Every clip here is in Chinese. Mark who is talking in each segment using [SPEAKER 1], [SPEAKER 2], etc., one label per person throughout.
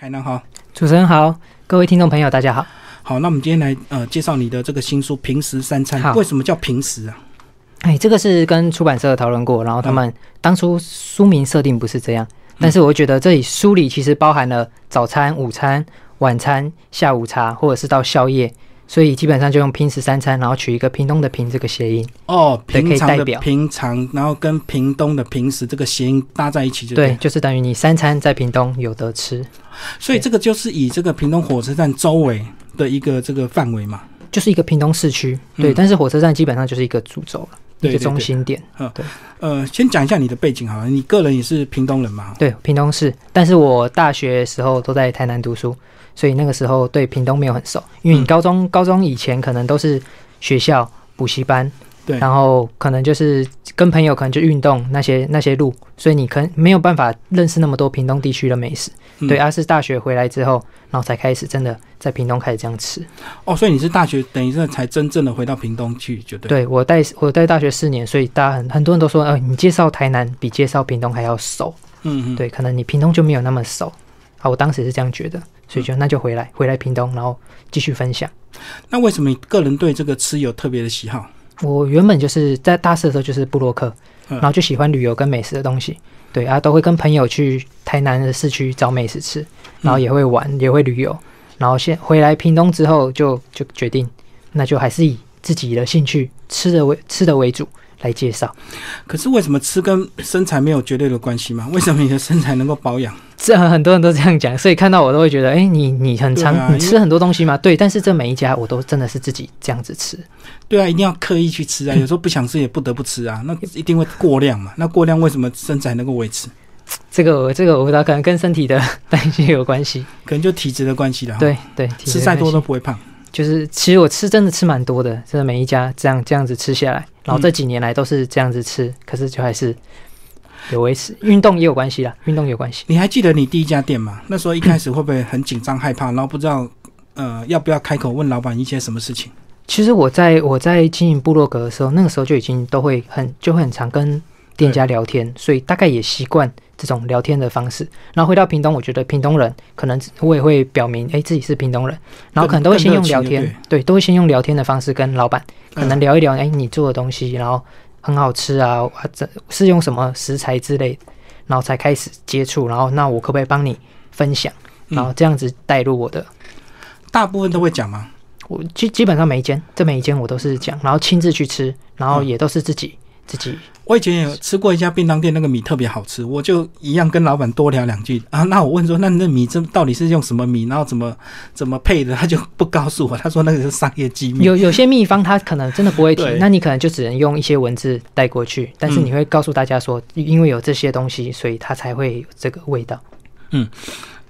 [SPEAKER 1] 海南好，
[SPEAKER 2] 主持人好，各位听众朋友大家好。
[SPEAKER 1] 好，那我们今天来呃介绍你的这个新书《平时三餐》，
[SPEAKER 2] 好
[SPEAKER 1] 为什么叫平时啊？
[SPEAKER 2] 哎，这个是跟出版社讨论过，然后他
[SPEAKER 1] 嗯
[SPEAKER 2] 们当初书名设定不是这样，但是我觉得这里书里其实包含了早餐、午餐、晚餐、下午茶，或者是到宵夜，所以基本上就用拼十三餐，然后取一个屏东的屏这个谐音。
[SPEAKER 1] 哦，
[SPEAKER 2] 对
[SPEAKER 1] 平常
[SPEAKER 2] 可以
[SPEAKER 1] 的
[SPEAKER 2] 代表
[SPEAKER 1] 平常，然后跟屏东的平时这个谐音搭在一起就
[SPEAKER 2] 对，
[SPEAKER 1] 了。
[SPEAKER 2] 就是等于你三餐在屏东有得吃，
[SPEAKER 1] 所以这个就是以这个屏东火车站周围的一个这个范围嘛。
[SPEAKER 2] 就是一个屏东市区。对，
[SPEAKER 1] 嗯
[SPEAKER 2] 但是火车站基本上就是一个主轴了，
[SPEAKER 1] 对
[SPEAKER 2] 一
[SPEAKER 1] 对
[SPEAKER 2] 个中心点。
[SPEAKER 1] 呃，先讲一下你的背景好了，你个人也是屏东人嘛？
[SPEAKER 2] 对，屏东市，但是我大学时候都在台南读书，所以那个时候对屏东没有很熟，因为你
[SPEAKER 1] 嗯
[SPEAKER 2] 高中、高中以前可能都是学校补习班，
[SPEAKER 1] 对
[SPEAKER 2] 然后可能就是跟朋友可能就运动那些那些路，所以你可能没有办法认识那么多屏东地区的美食。
[SPEAKER 1] 嗯
[SPEAKER 2] 对，而、啊是大学回来之后，然后才开始真的在屏东开始这样吃。
[SPEAKER 1] 哦，所以你是大学等于是才真正的回到屏东去，就对。
[SPEAKER 2] 对我带我带大学四年，所以大家很很多人都说，呃，你介绍台南比介绍屏东还要熟。
[SPEAKER 1] 嗯嗯，
[SPEAKER 2] 对，可能你屏东就没有那么熟啊。我当时是这样觉得，所
[SPEAKER 1] 嗯
[SPEAKER 2] 以就那就回来，回来屏东，然后继续分享。
[SPEAKER 1] 那为什么你个人对这个吃有特别的喜好？
[SPEAKER 2] 我原本就是在大四的时候就是布洛克，
[SPEAKER 1] 嗯
[SPEAKER 2] 然后就喜欢旅游跟美食的东西，对啊，都会跟朋友去台南的市区找美
[SPEAKER 1] 嗯
[SPEAKER 2] 食吃，然后也会玩，也会旅游，然后现回来屏东之后就就决定，那就还是以自己的兴趣吃的为吃的为主来介绍。
[SPEAKER 1] 可是为什么吃跟身材没有绝对的关系嘛？为什么你的身材能够保养？
[SPEAKER 2] 这很多人都这样讲，所以看到我都会觉得，哎、你你很常、
[SPEAKER 1] 对啊
[SPEAKER 2] 你吃很多东西吗？对，但是这每一家我都真的是自己这样子吃，
[SPEAKER 1] 对啊，一定要刻意去吃 啊，有时候不想吃也不得不吃啊，那一定会过量嘛。那过量为什么身材能够维持？
[SPEAKER 2] 这个我这个我不知道，可能跟身体的代谢有关 系。
[SPEAKER 1] 可能就体质的关系了。，
[SPEAKER 2] 对对，体质
[SPEAKER 1] 吃
[SPEAKER 2] 的
[SPEAKER 1] 再
[SPEAKER 2] 关
[SPEAKER 1] 多都
[SPEAKER 2] 系
[SPEAKER 1] 不会胖。
[SPEAKER 2] 就是，其实我吃真的吃蛮多的，真的每一家这样这样子吃下来，然后这几年来都是这样子吃，可是就还是有维持，运动也有关系啦，运动也有关系。
[SPEAKER 1] 你还记得你第一家店吗？那时候一开始会不会很紧张害怕，然后不知道呃要不要开口问老板一些什么事情？
[SPEAKER 2] 其实我在我在经营部落格的时候，那个时候就已经都会很就会很常跟店家聊天，所以大概也习惯这种聊天的方式。然后回到屏东，我觉得屏东人可能我也会表明，哎，自己是屏东人，然后可能都会先用聊
[SPEAKER 1] 更
[SPEAKER 2] 天，
[SPEAKER 1] 热情
[SPEAKER 2] 对，都会先用聊天的方式跟老板可
[SPEAKER 1] 嗯呃
[SPEAKER 2] 能聊一聊，哎，你做的东西，然后很好吃啊，哇这是用什么食材之类的，然后才开始接触，然后那我可不可以帮你分享？
[SPEAKER 1] 嗯
[SPEAKER 2] 然后这样子带入我的
[SPEAKER 1] 大部分都会讲吗？
[SPEAKER 2] 我基基本上每一间，这每一间我都是讲，然后亲自去吃，然
[SPEAKER 1] 嗯
[SPEAKER 2] 后也都是自己、自己。
[SPEAKER 1] 我以前也有吃过一家便当店，那个米特别好吃，我就一样跟老板多聊两句啊。那我问说，那你那米这到底是用什么米，然后怎么怎么配的？他就不告诉我，他说那个是商业机密。
[SPEAKER 2] 有有些秘方他可能真的不会提
[SPEAKER 1] 嗯对，
[SPEAKER 2] 那你可能就只能用一些文字带过去，但是
[SPEAKER 1] 嗯
[SPEAKER 2] 你会告诉大家说，因为有这些东西，所以它才会有这个味道。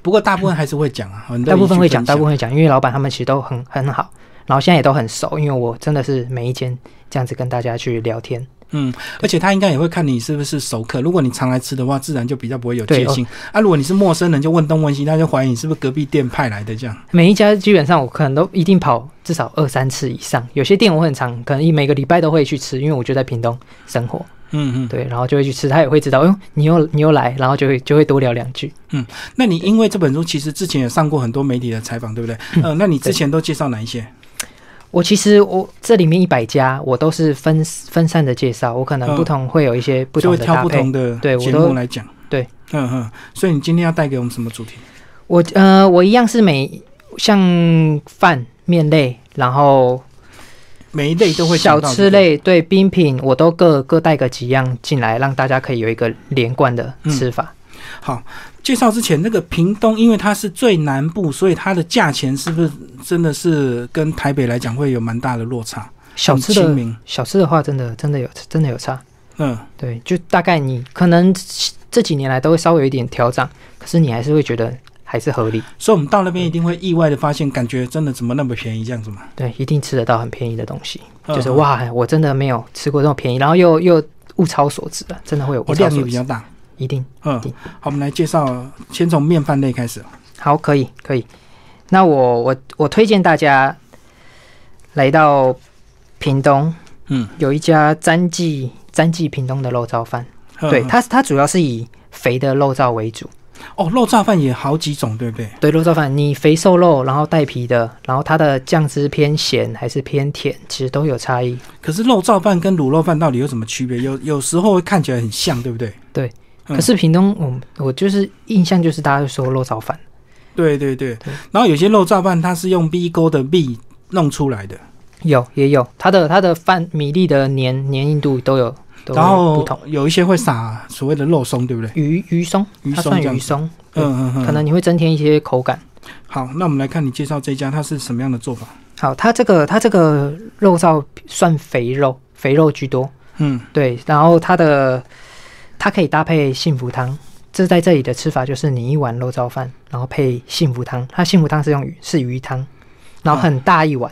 [SPEAKER 1] 不过大部分还是会讲啊，很乐意
[SPEAKER 2] 嗯大部分
[SPEAKER 1] 去
[SPEAKER 2] 会
[SPEAKER 1] 分
[SPEAKER 2] 讲，大部
[SPEAKER 1] 享
[SPEAKER 2] 分会讲，因为老板他们其实都很很好，然后现在也都很熟，因为我真的是每一间这样子跟大家去聊天。
[SPEAKER 1] 嗯，而且他应该也会看你是不是熟客。如果你常来吃的话，自然就比较不会有戒
[SPEAKER 2] 对哦
[SPEAKER 1] 心。啊，如果你是陌生人，就问东问西，他就怀疑你是不是隔壁店派来的这样。
[SPEAKER 2] 每一家基本上我可能都一定跑至少二三次以上，有些店我很常，可能一每个礼拜都会去吃，因为我就在屏东生活。
[SPEAKER 1] 嗯嗯，
[SPEAKER 2] 对，然后就会去吃，他也会知道，哦，你又你又来，然后就会就会多聊两句。
[SPEAKER 1] 那你因为这本书其实之前也上过很多媒体的采访，对不对？
[SPEAKER 2] 嗯
[SPEAKER 1] 呃，那你之前都介绍哪一些？
[SPEAKER 2] 我其实我这里面一百家，我都是分分散的介绍，我可能
[SPEAKER 1] 嗯
[SPEAKER 2] 不同会有一些不
[SPEAKER 1] 就会
[SPEAKER 2] 同的
[SPEAKER 1] 挑
[SPEAKER 2] 搭
[SPEAKER 1] 不
[SPEAKER 2] 配。
[SPEAKER 1] 同的
[SPEAKER 2] 对我
[SPEAKER 1] 节
[SPEAKER 2] 都
[SPEAKER 1] 目来讲。
[SPEAKER 2] 对，
[SPEAKER 1] 嗯嗯，所以你今天要带给我们什么主题？
[SPEAKER 2] 我呃，我一样是每像饭面类，然后
[SPEAKER 1] 每一类都会讲
[SPEAKER 2] 小
[SPEAKER 1] 到
[SPEAKER 2] 吃类，对冰品，我都各各带个几样进来，让大家可以有一个连贯的
[SPEAKER 1] 嗯
[SPEAKER 2] 吃法。
[SPEAKER 1] 好，介绍之前那个屏东，因为它是最南部，所以它的价钱是不是真的是跟台北来讲会有蛮大的落差？
[SPEAKER 2] 小
[SPEAKER 1] 很
[SPEAKER 2] 吃
[SPEAKER 1] 亲
[SPEAKER 2] 的
[SPEAKER 1] 民，
[SPEAKER 2] 小吃的话，真的真的有真的有差。
[SPEAKER 1] 嗯。
[SPEAKER 2] 对，就大概你可能这几年来都会稍微有一点调整，可是你还是会觉得还是合理。
[SPEAKER 1] 所以我们到那边一定会意外的发现，感觉真的怎么那么便宜这样子嘛？
[SPEAKER 2] 对，一定吃得到很便宜的东西，
[SPEAKER 1] 嗯
[SPEAKER 2] 就是，哇，我真的没有吃过这么便宜，然后又又物超所值了，真的会有
[SPEAKER 1] 我
[SPEAKER 2] 物超
[SPEAKER 1] 哦量也
[SPEAKER 2] 所
[SPEAKER 1] 比较
[SPEAKER 2] 值，
[SPEAKER 1] 大。
[SPEAKER 2] 一定
[SPEAKER 1] 嗯，好，我们来介绍，先从面饭类开始。
[SPEAKER 2] 好，可以可以。那我我我推荐大家来到屏东，
[SPEAKER 1] 嗯，
[SPEAKER 2] 有一家詹记詹记屏东的肉燥饭，
[SPEAKER 1] 嗯
[SPEAKER 2] 对，它它主要是以肥的肉燥为主，
[SPEAKER 1] 哦，肉燥饭也好几种，对不对？
[SPEAKER 2] 对，肉燥饭，你肥瘦肉，然后带皮的，然后它的酱汁偏咸还是偏甜，其实都有差异。
[SPEAKER 1] 可是肉燥饭跟卤肉饭到底有什么区别？有有时候会看起来很像，对不对？嗯
[SPEAKER 2] 可是屏东，我我就是印象就是大家就说肉燥饭，
[SPEAKER 1] 对对对
[SPEAKER 2] 对。
[SPEAKER 1] 然后有些肉燥饭它是用 B 勾的 B 弄出来的，
[SPEAKER 2] 有也有它的它的饭米粒的黏黏硬度都有都
[SPEAKER 1] 然
[SPEAKER 2] 有不
[SPEAKER 1] 后
[SPEAKER 2] 同。
[SPEAKER 1] 有一些会撒所谓的肉松，对不对？
[SPEAKER 2] 鱼鱼松
[SPEAKER 1] 鱼，
[SPEAKER 2] 它
[SPEAKER 1] 松
[SPEAKER 2] 算
[SPEAKER 1] 这样
[SPEAKER 2] 鱼
[SPEAKER 1] 子
[SPEAKER 2] 松，对
[SPEAKER 1] 嗯嗯嗯。
[SPEAKER 2] 可能你会增添一些口感。
[SPEAKER 1] 好，那我们来看你介绍这家它是什么样的做法。
[SPEAKER 2] 好，它这个它这个肉燥算肥肉，肥肉居多。
[SPEAKER 1] 嗯，
[SPEAKER 2] 对，然后它的它可以搭配幸福汤，这在这里的吃法就是你一碗肉燥饭，然后配幸福汤。它幸福汤是用鱼是鱼汤，然后很大一碗。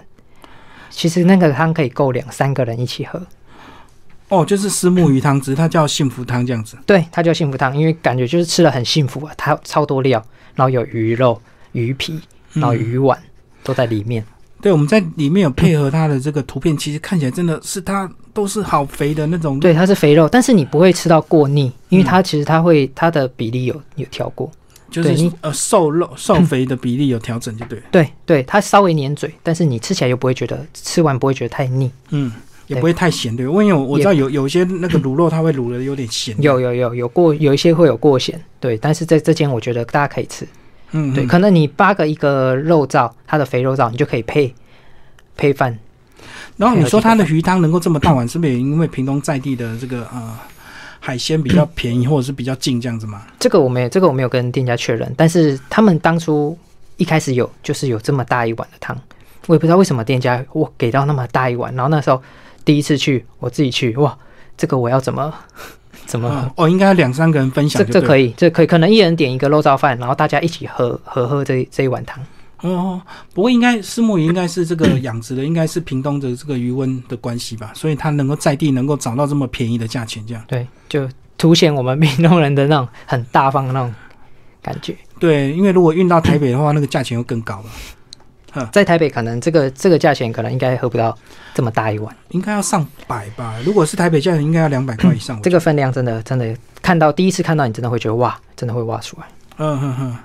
[SPEAKER 2] 其实那个汤可以够两三个人一起喝，
[SPEAKER 1] 哦，就是虱目鱼汤汁，它叫幸福汤这样子。
[SPEAKER 2] 对，它叫幸福汤，因为感觉就是吃的很幸福啊，它有超多料，然后有鱼肉、鱼皮，然后
[SPEAKER 1] 嗯
[SPEAKER 2] 鱼丸、都在里面。
[SPEAKER 1] 对，我们在里面有配合它的这个图片，其实看起来真的是它都是好肥的那种。，
[SPEAKER 2] 对，它是肥肉，但是你不会吃到过腻，因为它其实它会它的比例有有调过，
[SPEAKER 1] 就
[SPEAKER 2] 对
[SPEAKER 1] 是
[SPEAKER 2] 你
[SPEAKER 1] 呃瘦肉瘦肥的比例有调整，就对了。
[SPEAKER 2] 对对，它稍微粘嘴，但是你吃起来又不会觉得吃完不会觉得太腻。
[SPEAKER 1] 嗯，也
[SPEAKER 2] 对
[SPEAKER 1] 不会太咸，对不对？因为我我知
[SPEAKER 2] 也
[SPEAKER 1] 道有有一些那个卤肉它会卤的有点咸。
[SPEAKER 2] 有有有有过有一些会有过咸，对，但是在这间我觉得大家可以吃，
[SPEAKER 1] 嗯，嗯
[SPEAKER 2] 对，可能你八个一个肉燥，它的肥肉燥你就可以配配饭，
[SPEAKER 1] 然后你说它的鱼汤能够这么大碗，是不是也因为屏东在地的这个呃海鲜比较便宜，或者是比较近这样子嘛？
[SPEAKER 2] 这个我没有，这个我没有跟店家确认，但是他们当初一开始有，就是有这么大一碗的汤，我也不知道为什么店家我给到那么大一碗，然后那时候第一次去，我自己去，哇，这个我要怎么 怎么喝？
[SPEAKER 1] 嗯哦，应该两三个人分
[SPEAKER 2] 这
[SPEAKER 1] 享就
[SPEAKER 2] 这
[SPEAKER 1] 对了。
[SPEAKER 2] 可以，这可以，可能一人点一个肉燥饭，然后大家一起喝合喝这这一碗汤。
[SPEAKER 1] 哦，不过应该石目鱼应该是这个养殖的，应该是屏东的这个余温的关系吧，所以它能够在地能够找到这么便宜的价钱，这样。
[SPEAKER 2] 对，就凸显我们闽东人的那种很大方的那种感觉。
[SPEAKER 1] 对，因为如果运到台北的话，那个价钱又更高了，
[SPEAKER 2] 在台北可能这个这个价钱可能应该喝不到这么大一碗，
[SPEAKER 1] 应该要上百吧。如果是台北价钱，应该要两百块以上。
[SPEAKER 2] 嗯这个分量真的真的看到第一次看到你真的会觉得哇，真的会哇出来。
[SPEAKER 1] 嗯哼哼。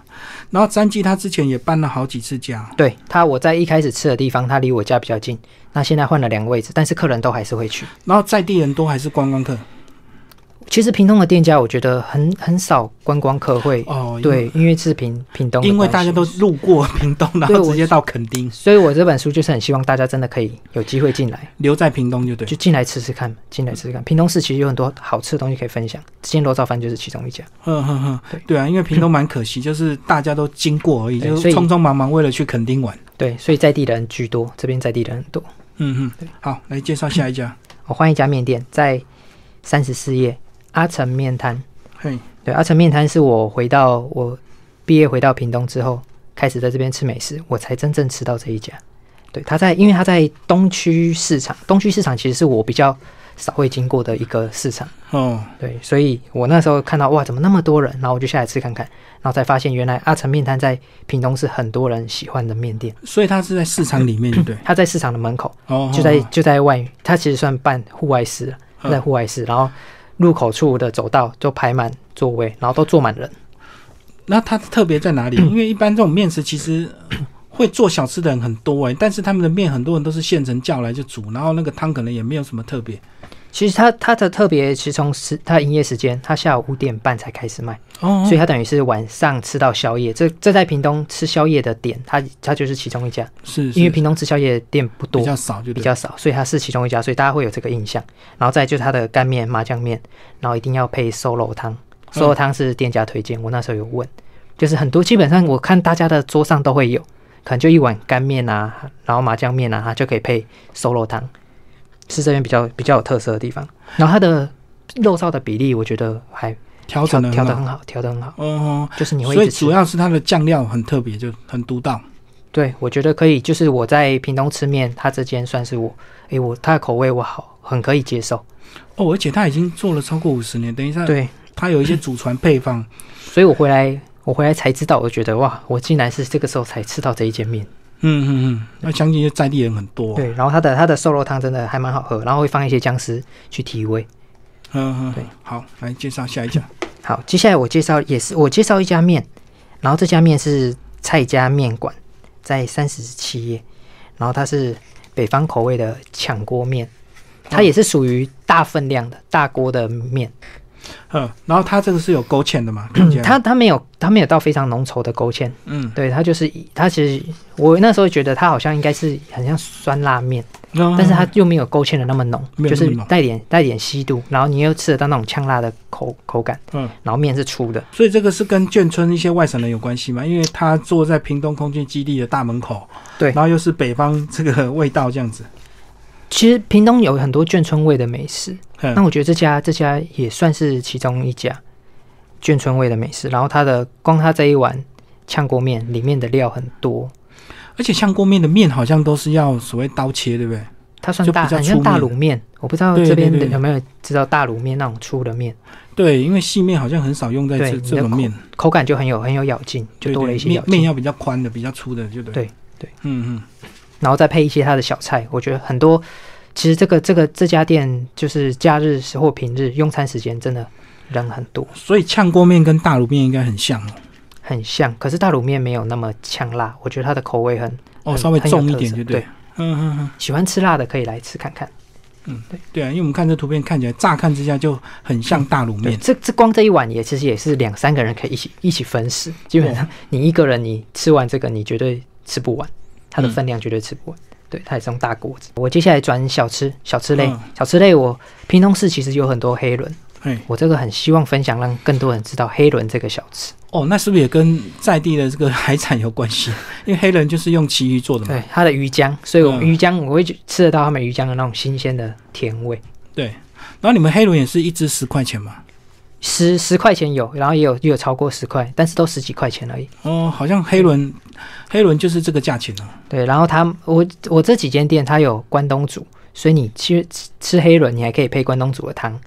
[SPEAKER 1] 然后詹记他之前也搬了好几次家，
[SPEAKER 2] 对它，我在一开始吃的地方，它离我家比较近，那现在换了两个位置，但是客人都还是会去。
[SPEAKER 1] 然后在地人多还是观光客？
[SPEAKER 2] 其实屏东的店家，我觉得很很少观光客会。
[SPEAKER 1] 哦，
[SPEAKER 2] 对，因为是屏屏东的关系，
[SPEAKER 1] 因为大家都路 过屏东，然
[SPEAKER 2] 对
[SPEAKER 1] 后
[SPEAKER 2] 我
[SPEAKER 1] 直接到垦丁，
[SPEAKER 2] 所以我这本书就是很希望大家真的可以有机会进来，
[SPEAKER 1] 留在屏东就对。
[SPEAKER 2] 就进来吃吃看，进来吃吃看。屏东市其实有很多好吃的东西可以分享，这间罗灶饭就是其中一家。
[SPEAKER 1] 嗯哼哼
[SPEAKER 2] 对，
[SPEAKER 1] 对啊，因为屏东蛮可惜，就是大家都经过而已，
[SPEAKER 2] 对
[SPEAKER 1] 就是
[SPEAKER 2] 所以
[SPEAKER 1] 匆匆忙忙为了去垦丁玩。
[SPEAKER 2] 对，所以在地的人居多，这边在地的人很多。
[SPEAKER 1] 嗯哼，好，来介绍下一 家。
[SPEAKER 2] 我换一家面店，在三十四页阿成面摊。
[SPEAKER 1] 嘿，
[SPEAKER 2] 对，阿成面摊是我回到我毕业回到屏东之后，开始在这边吃美食，我才真正吃到这一家。对，他在，因为他在东区市场，东区市场其实是我比较少会经过的一个市场。
[SPEAKER 1] 哦，
[SPEAKER 2] 对，所以我那时候看到哇，怎么那么多人？然后我就下来吃看看，然后才发现原来阿成面摊在屏东是很多人喜欢的面店。
[SPEAKER 1] 所以它是在市场里面，对不对？
[SPEAKER 2] 它在市场的门口，
[SPEAKER 1] 哦，嗯
[SPEAKER 2] 就在
[SPEAKER 1] 哦
[SPEAKER 2] 就在外，它其实算半户外式了，它在户外式，然后入口处的走道就排满座位，然后都坐满人。
[SPEAKER 1] 那它特别在 哪里？因为一般这种面食其实呃会做小吃的人很多哎、但是他们的面很多人都是现成叫来就煮，然后那个汤可能也没有什么特别。
[SPEAKER 2] 其实它它的特别，其实从时它的营业时间，它下午五点半才开始卖，
[SPEAKER 1] 哦
[SPEAKER 2] 所以它等于是晚上吃到宵夜。这这在屏东吃宵夜的点，它它就是其中一家，
[SPEAKER 1] 是是
[SPEAKER 2] 因为屏东吃宵夜的店不多
[SPEAKER 1] 比，较少，就
[SPEAKER 2] 比
[SPEAKER 1] 对。
[SPEAKER 2] 较少，所以它是其中一家，所以大家会有这个印象。然后再就是它的干面、麻酱面，然后一定要配瘦肉汤。
[SPEAKER 1] 嗯
[SPEAKER 2] 瘦肉汤是店家推荐，我那时候有问，就是很多基本上我看大家的桌上都会有，可能就一碗干面啊，然后麻酱面啊，它就可以配瘦肉汤，是这边比
[SPEAKER 1] 嗯
[SPEAKER 2] 较比较有特色的地方。然后它的肉燥的比例，我觉得还
[SPEAKER 1] 调
[SPEAKER 2] 调
[SPEAKER 1] 整的
[SPEAKER 2] 调的很好，调的很好，
[SPEAKER 1] 哦，
[SPEAKER 2] 就是你会
[SPEAKER 1] 所
[SPEAKER 2] 一
[SPEAKER 1] 以
[SPEAKER 2] 直吃
[SPEAKER 1] 主。要是它的酱料很特别，就很独到。
[SPEAKER 2] 对，我觉得可以，就是我在屏东吃面，它这间算是我，诶，我它的口味我好很可以接受。
[SPEAKER 1] 哦，而且它已经做了超过五十年，等一下
[SPEAKER 2] 对，
[SPEAKER 1] 它有一些祖传配方。
[SPEAKER 2] 所以我回来，我回来才知道，我觉得哇，我竟然是这个时候才吃到这一间面。
[SPEAKER 1] 嗯嗯嗯，那相信就在地人很多。
[SPEAKER 2] 对，然后它的它的瘦肉汤真的还蛮好喝，然后会放一些姜丝去提味。
[SPEAKER 1] 嗯嗯，
[SPEAKER 2] 对
[SPEAKER 1] 好，来介绍下一家。
[SPEAKER 2] 好，接下来我介绍也是我介绍一家面，然后这家面是蔡家面馆，在三十七页，然后它是北方口味的炝锅面，它也是属于大分量的大锅的面，
[SPEAKER 1] 嗯，然后它这个是有勾芡的嘛？看起来
[SPEAKER 2] 它它没有它没有到非常浓稠的勾芡，
[SPEAKER 1] 嗯，
[SPEAKER 2] 对，它就是以它其实我那时候觉得它好像应该是很像酸辣面，
[SPEAKER 1] 但
[SPEAKER 2] 但是它又没有勾芡的那么浓，
[SPEAKER 1] 嗯没有
[SPEAKER 2] 就
[SPEAKER 1] 那么
[SPEAKER 2] 是
[SPEAKER 1] 浓
[SPEAKER 2] 带点带点稀度，然后你又吃得到那种呛辣的口口感，
[SPEAKER 1] 嗯，
[SPEAKER 2] 然后面是粗的，
[SPEAKER 1] 所以这个是跟眷村一些外省人有关系嘛？因为他坐在屏东空军基地的大门口，
[SPEAKER 2] 对
[SPEAKER 1] 然后又是北方这个味道这样子，
[SPEAKER 2] 其实屏东有很多眷村味的美食，
[SPEAKER 1] 嗯
[SPEAKER 2] 那我觉得这家这家也算是其中一家眷村味的美食。然后它的光它这一碗炝锅面里面的料很多，
[SPEAKER 1] 而且像锅面的面好像都是要所谓刀切，对不对？
[SPEAKER 2] 它算
[SPEAKER 1] 就
[SPEAKER 2] 大
[SPEAKER 1] 比较
[SPEAKER 2] 很像
[SPEAKER 1] 粗
[SPEAKER 2] 大
[SPEAKER 1] 面
[SPEAKER 2] 卤面，我不知道
[SPEAKER 1] 对
[SPEAKER 2] 这边
[SPEAKER 1] 对
[SPEAKER 2] 的
[SPEAKER 1] 对
[SPEAKER 2] 有没有知道大卤面那种粗的面，
[SPEAKER 1] 对，因为细面好像很少用在
[SPEAKER 2] 对
[SPEAKER 1] 这
[SPEAKER 2] 你的
[SPEAKER 1] 这种面，
[SPEAKER 2] 口感就很有很有咬劲，就
[SPEAKER 1] 对
[SPEAKER 2] 多了
[SPEAKER 1] 对
[SPEAKER 2] 一些咬
[SPEAKER 1] 面面
[SPEAKER 2] 劲。
[SPEAKER 1] 要比较宽的，比较粗的，就对。
[SPEAKER 2] 对对，
[SPEAKER 1] 嗯嗯，
[SPEAKER 2] 然后再配一些它的小菜，我觉得很多。其实这个这个这家店就是假日或平日用餐时间真的人很多，
[SPEAKER 1] 所以炝锅面跟大卤面应该很像哦，
[SPEAKER 2] 很像。可是大卤面没有那么呛辣，我觉得它的口味很
[SPEAKER 1] 哦，
[SPEAKER 2] 很
[SPEAKER 1] 稍微
[SPEAKER 2] 很有
[SPEAKER 1] 重一
[SPEAKER 2] 特
[SPEAKER 1] 点
[SPEAKER 2] 色
[SPEAKER 1] 就
[SPEAKER 2] 对。
[SPEAKER 1] 嗯嗯嗯，
[SPEAKER 2] 喜欢吃辣的可以来吃看看。
[SPEAKER 1] 对啊，因为我们看这图片看起来，乍看之下就很像大卤
[SPEAKER 2] 对，
[SPEAKER 1] 面，
[SPEAKER 2] 这这光这一碗也其实也是两三个人可以一起一起分食，基本上你一个人你吃完这个你绝对吃不完，它的
[SPEAKER 1] 嗯
[SPEAKER 2] 分量绝对吃不完。对，它也是用大锅子。我接下来转小吃，小吃类，
[SPEAKER 1] 嗯
[SPEAKER 2] 小吃类我屏东市其实有很多黑轮，
[SPEAKER 1] 嘿，
[SPEAKER 2] 我这个很希望分享让更多人知道黑轮这个小吃。
[SPEAKER 1] 哦，那是不是也跟在地的这个海产有关系？ 因为黑人就是用旗鱼做的嘛。
[SPEAKER 2] 对，它的鱼浆，所以我
[SPEAKER 1] 嗯
[SPEAKER 2] 鱼浆我会去吃得到他们鱼浆的那种新鲜的甜味。
[SPEAKER 1] 然后你们黑轮也是一只十块钱嘛？
[SPEAKER 2] 十十块钱有，然后也有也有超过十块，但是都十几块钱而已。
[SPEAKER 1] 哦，好像黑轮，黑轮就是这个价钱啊。
[SPEAKER 2] 对，然后他我我这几间店它有关东煮，所以你吃吃吃黑轮，你还可以配关东煮的汤，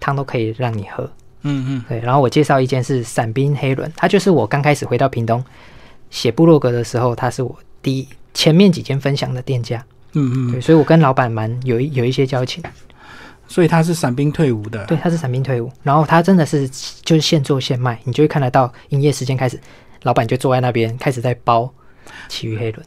[SPEAKER 2] 汤都可以让你喝。
[SPEAKER 1] 嗯嗯，
[SPEAKER 2] 对，然后我介绍一间是伞兵黑轮，它就是我刚开始回到屏东写部落格的时候，它是我第一前面几间分享的店家。
[SPEAKER 1] 嗯啊
[SPEAKER 2] 对，
[SPEAKER 1] 嗯，
[SPEAKER 2] 所以我跟老板蛮有一有一些交情。
[SPEAKER 1] 所以他是伞兵退伍的。
[SPEAKER 2] 对，他是伞兵退伍，然后他真的是就是现做现卖，你就会看得到营业时间开始，老板就坐在那边开始在包其余黑轮，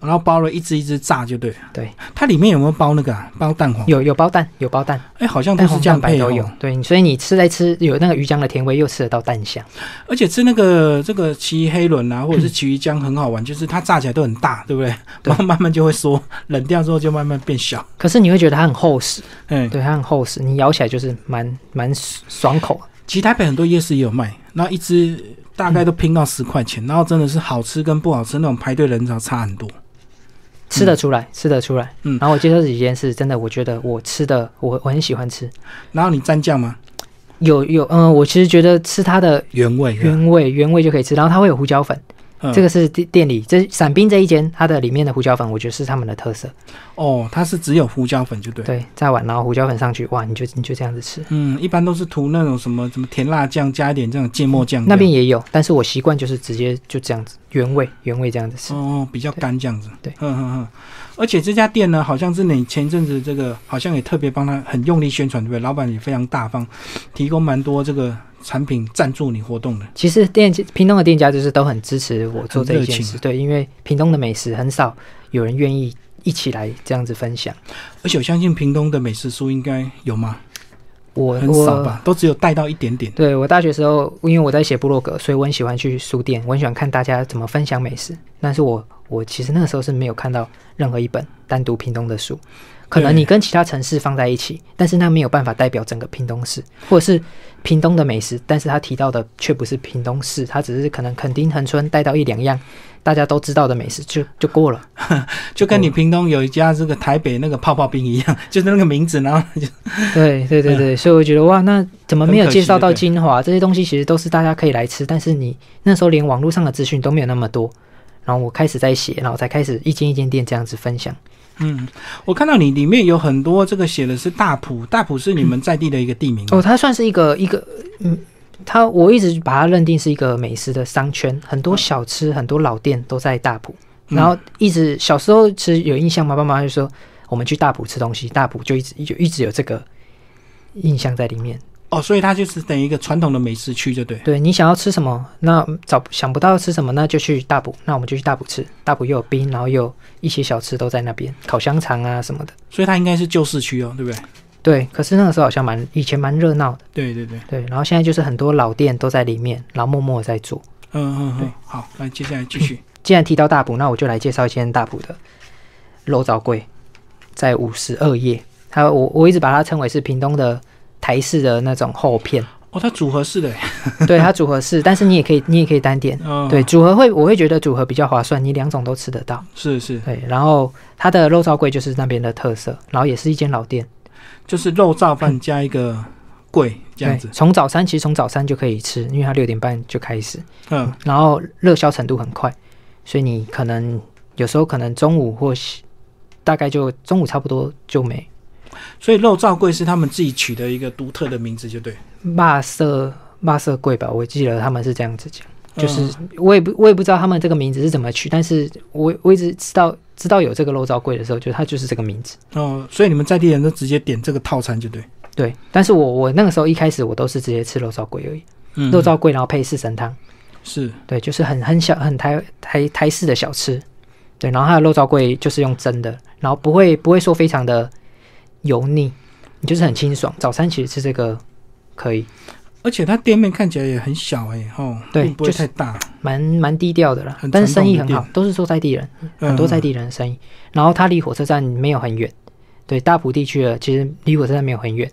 [SPEAKER 1] 然后包了一只一只炸就对了。
[SPEAKER 2] 对，
[SPEAKER 1] 它里面有没有包那个、啊、包蛋黄？
[SPEAKER 2] 有有包蛋，有包蛋。
[SPEAKER 1] 哎，好像都
[SPEAKER 2] 蛋
[SPEAKER 1] 是
[SPEAKER 2] 黄
[SPEAKER 1] 这样
[SPEAKER 2] 蛋白
[SPEAKER 1] 配
[SPEAKER 2] 都
[SPEAKER 1] 哦
[SPEAKER 2] 有，。对，所以你吃来吃有那个鱼浆的甜味，又吃得到蛋香。
[SPEAKER 1] 而且吃那个这个奇鱼黑轮啊，或者是奇鱼姜很好玩，就是它炸起来都很大，对不对？
[SPEAKER 2] 嗯对
[SPEAKER 1] 然后慢慢就会缩，冷掉之后就慢慢变小。
[SPEAKER 2] 可是你会觉得它很厚实，
[SPEAKER 1] 嗯，
[SPEAKER 2] 对，它很厚实，你咬起来就是蛮蛮爽口啊的。
[SPEAKER 1] 其实台北很多夜市也有卖，那一只大
[SPEAKER 2] 嗯
[SPEAKER 1] 概都拼到十块钱，然后真的是好吃跟不好吃那种排队人潮差很多。
[SPEAKER 2] 吃得出来，吃得出来。
[SPEAKER 1] 嗯
[SPEAKER 2] 然后我介绍这几间是真的，我觉得我吃的，我我很喜欢吃。
[SPEAKER 1] 然后你蘸酱吗？
[SPEAKER 2] 有有，嗯、我其实觉得吃它的
[SPEAKER 1] 原味啊的，
[SPEAKER 2] 原味，原味就可以吃。然后它会有胡椒粉，
[SPEAKER 1] 嗯
[SPEAKER 2] 这个是店店里这伞兵这一间，它的里面的胡椒粉，我觉得是他们的特色。
[SPEAKER 1] 哦，它是只有胡椒粉就对。
[SPEAKER 2] 对，再碗，然后胡椒粉上去，哇，你就你就这样子吃。
[SPEAKER 1] 嗯，一般都是涂那种什么什么甜辣酱，加一点这种芥末酱这样。
[SPEAKER 2] 那边也有，但是我习惯就是直接就这样子，原味原味这样子吃。
[SPEAKER 1] 哦，比较干这样子。
[SPEAKER 2] 对
[SPEAKER 1] 嗯嗯嗯。而且这家店呢，好像是你前阵子这个，好像也特别帮他很用力宣传，对不对？老板也非常大方，提供蛮多这个产品赞助你活动的。
[SPEAKER 2] 其实店家屏东的店家就是都很支持我做这一
[SPEAKER 1] 很
[SPEAKER 2] 件
[SPEAKER 1] 热
[SPEAKER 2] 事，
[SPEAKER 1] 情
[SPEAKER 2] 对，因为屏东的美食很少有人愿意一起来这样子分享。
[SPEAKER 1] 而且我相信屏东的美食书应该有吗？
[SPEAKER 2] 我
[SPEAKER 1] 很少
[SPEAKER 2] 我
[SPEAKER 1] 吧，都只有带到一点点。
[SPEAKER 2] 对我大学时候，因为我在写部落格，所以我很喜欢去书店，我很喜欢看大家怎么分享美食。但是我我其实那个时候是没有看到任何一本单独屏东的书，可能
[SPEAKER 1] 对
[SPEAKER 2] 你跟其他城市放在一起，但是那没有办法代表整个屏东市，或者是屏东的美食，但是他提到的却不是屏东市，他只是可能垦丁恒春带到一两样大家都知道的美食就就过了。
[SPEAKER 1] 就跟你屏东有一家这个台北那个泡泡冰一样， 就是那个名字，然后就
[SPEAKER 2] 对对对对，所以我觉得哇，那怎么没有介绍
[SPEAKER 1] 嗯
[SPEAKER 2] 到
[SPEAKER 1] 很可惜
[SPEAKER 2] 精华？这些东西其实都是大家可以来吃，但是你那时候连网络上的资讯都没有那么多。然后我开始在写，然后才开始一间一间店这样子分享。
[SPEAKER 1] 嗯，我看到你里面有很多这个写的是大埔，大埔是你们在地的一个地名
[SPEAKER 2] 哦，它算是一个一个嗯，它我一直把它认定是一个美食的商圈，很多小吃、很多老店都在大埔。
[SPEAKER 1] 嗯
[SPEAKER 2] 然后一直小时候其实有印象嘛，爸妈就说我们去大埔吃东西，大埔就一直就一直有这个印象在里面。
[SPEAKER 1] 哦，所以它就是等于一个传统的美食区，就对。
[SPEAKER 2] 对你想要吃什么，那找想不到吃什么，那就去大埔，那我们就去大埔吃。大埔又有冰，然后又有一些小吃都在那边，烤香肠啊什么的。
[SPEAKER 1] 所以它应该是旧市区哦，对不对？
[SPEAKER 2] 对，可是那个时候好像蛮以前蛮热闹的，
[SPEAKER 1] 对对对，
[SPEAKER 2] 对。然后现在就是很多老店都在里面，然后默默地在做。
[SPEAKER 1] 嗯嗯嗯，好，来接下来继 续。
[SPEAKER 2] 既然提到大埔，那我就来介绍一间大埔的肉燥柜，在五十二页。它我我一直把它称为是屏东的台式的那种厚片，
[SPEAKER 1] 哦，它组合式的，哎
[SPEAKER 2] 对它组合式，但是你也可以你也可以单点，
[SPEAKER 1] 嗯，
[SPEAKER 2] 对，组合会我会觉得组合比较划算，你两种都吃得到。
[SPEAKER 1] 是是，
[SPEAKER 2] 对，然后它的肉燥柜就是那边的特色，然后也是一间老店，
[SPEAKER 1] 就是肉燥饭加一个桂这样子
[SPEAKER 2] 对，，从早餐其实从早餐就可以吃，因为它六点半就开始，
[SPEAKER 1] 嗯，
[SPEAKER 2] 然后热销程度很快，所以你可能有时候可能中午或是大概就中午差不多就没。
[SPEAKER 1] 所以肉燥桂是他们自己取的一个独特的名字，就对，
[SPEAKER 2] 霸色霸色贵吧，我记得他们是这样子讲，就是
[SPEAKER 1] 嗯
[SPEAKER 2] 我也不我也不知道他们这个名字是怎么取，但是我我一直知道知道有这个肉燥贵的时候，就它就是这个名字。
[SPEAKER 1] 哦，所以你们在地人都直接点这个套餐，就对，
[SPEAKER 2] 对，但是我我那个时候一开始我都是直接吃肉燥贵而已，
[SPEAKER 1] 嗯
[SPEAKER 2] 肉燥贵然后配四神汤，
[SPEAKER 1] 是
[SPEAKER 2] 对，就是很很小很台台台式的小吃，对，然后它的肉燥贵就是用蒸的，然后不会不会说非常的油腻，你就是很清爽。早餐其实吃这个可以，
[SPEAKER 1] 而且它店面看起来也很小哎、哦，
[SPEAKER 2] 对
[SPEAKER 1] 并不会
[SPEAKER 2] 就
[SPEAKER 1] 太
[SPEAKER 2] 是
[SPEAKER 1] 大，
[SPEAKER 2] 蛮蛮低调的啦
[SPEAKER 1] 很，
[SPEAKER 2] 但是生意很
[SPEAKER 1] 传统
[SPEAKER 2] 好，都是做在地人，很
[SPEAKER 1] 嗯
[SPEAKER 2] 多在地人的生意。然后它离火车站没有很远，对，大埔地区的其实离火车站没有很远，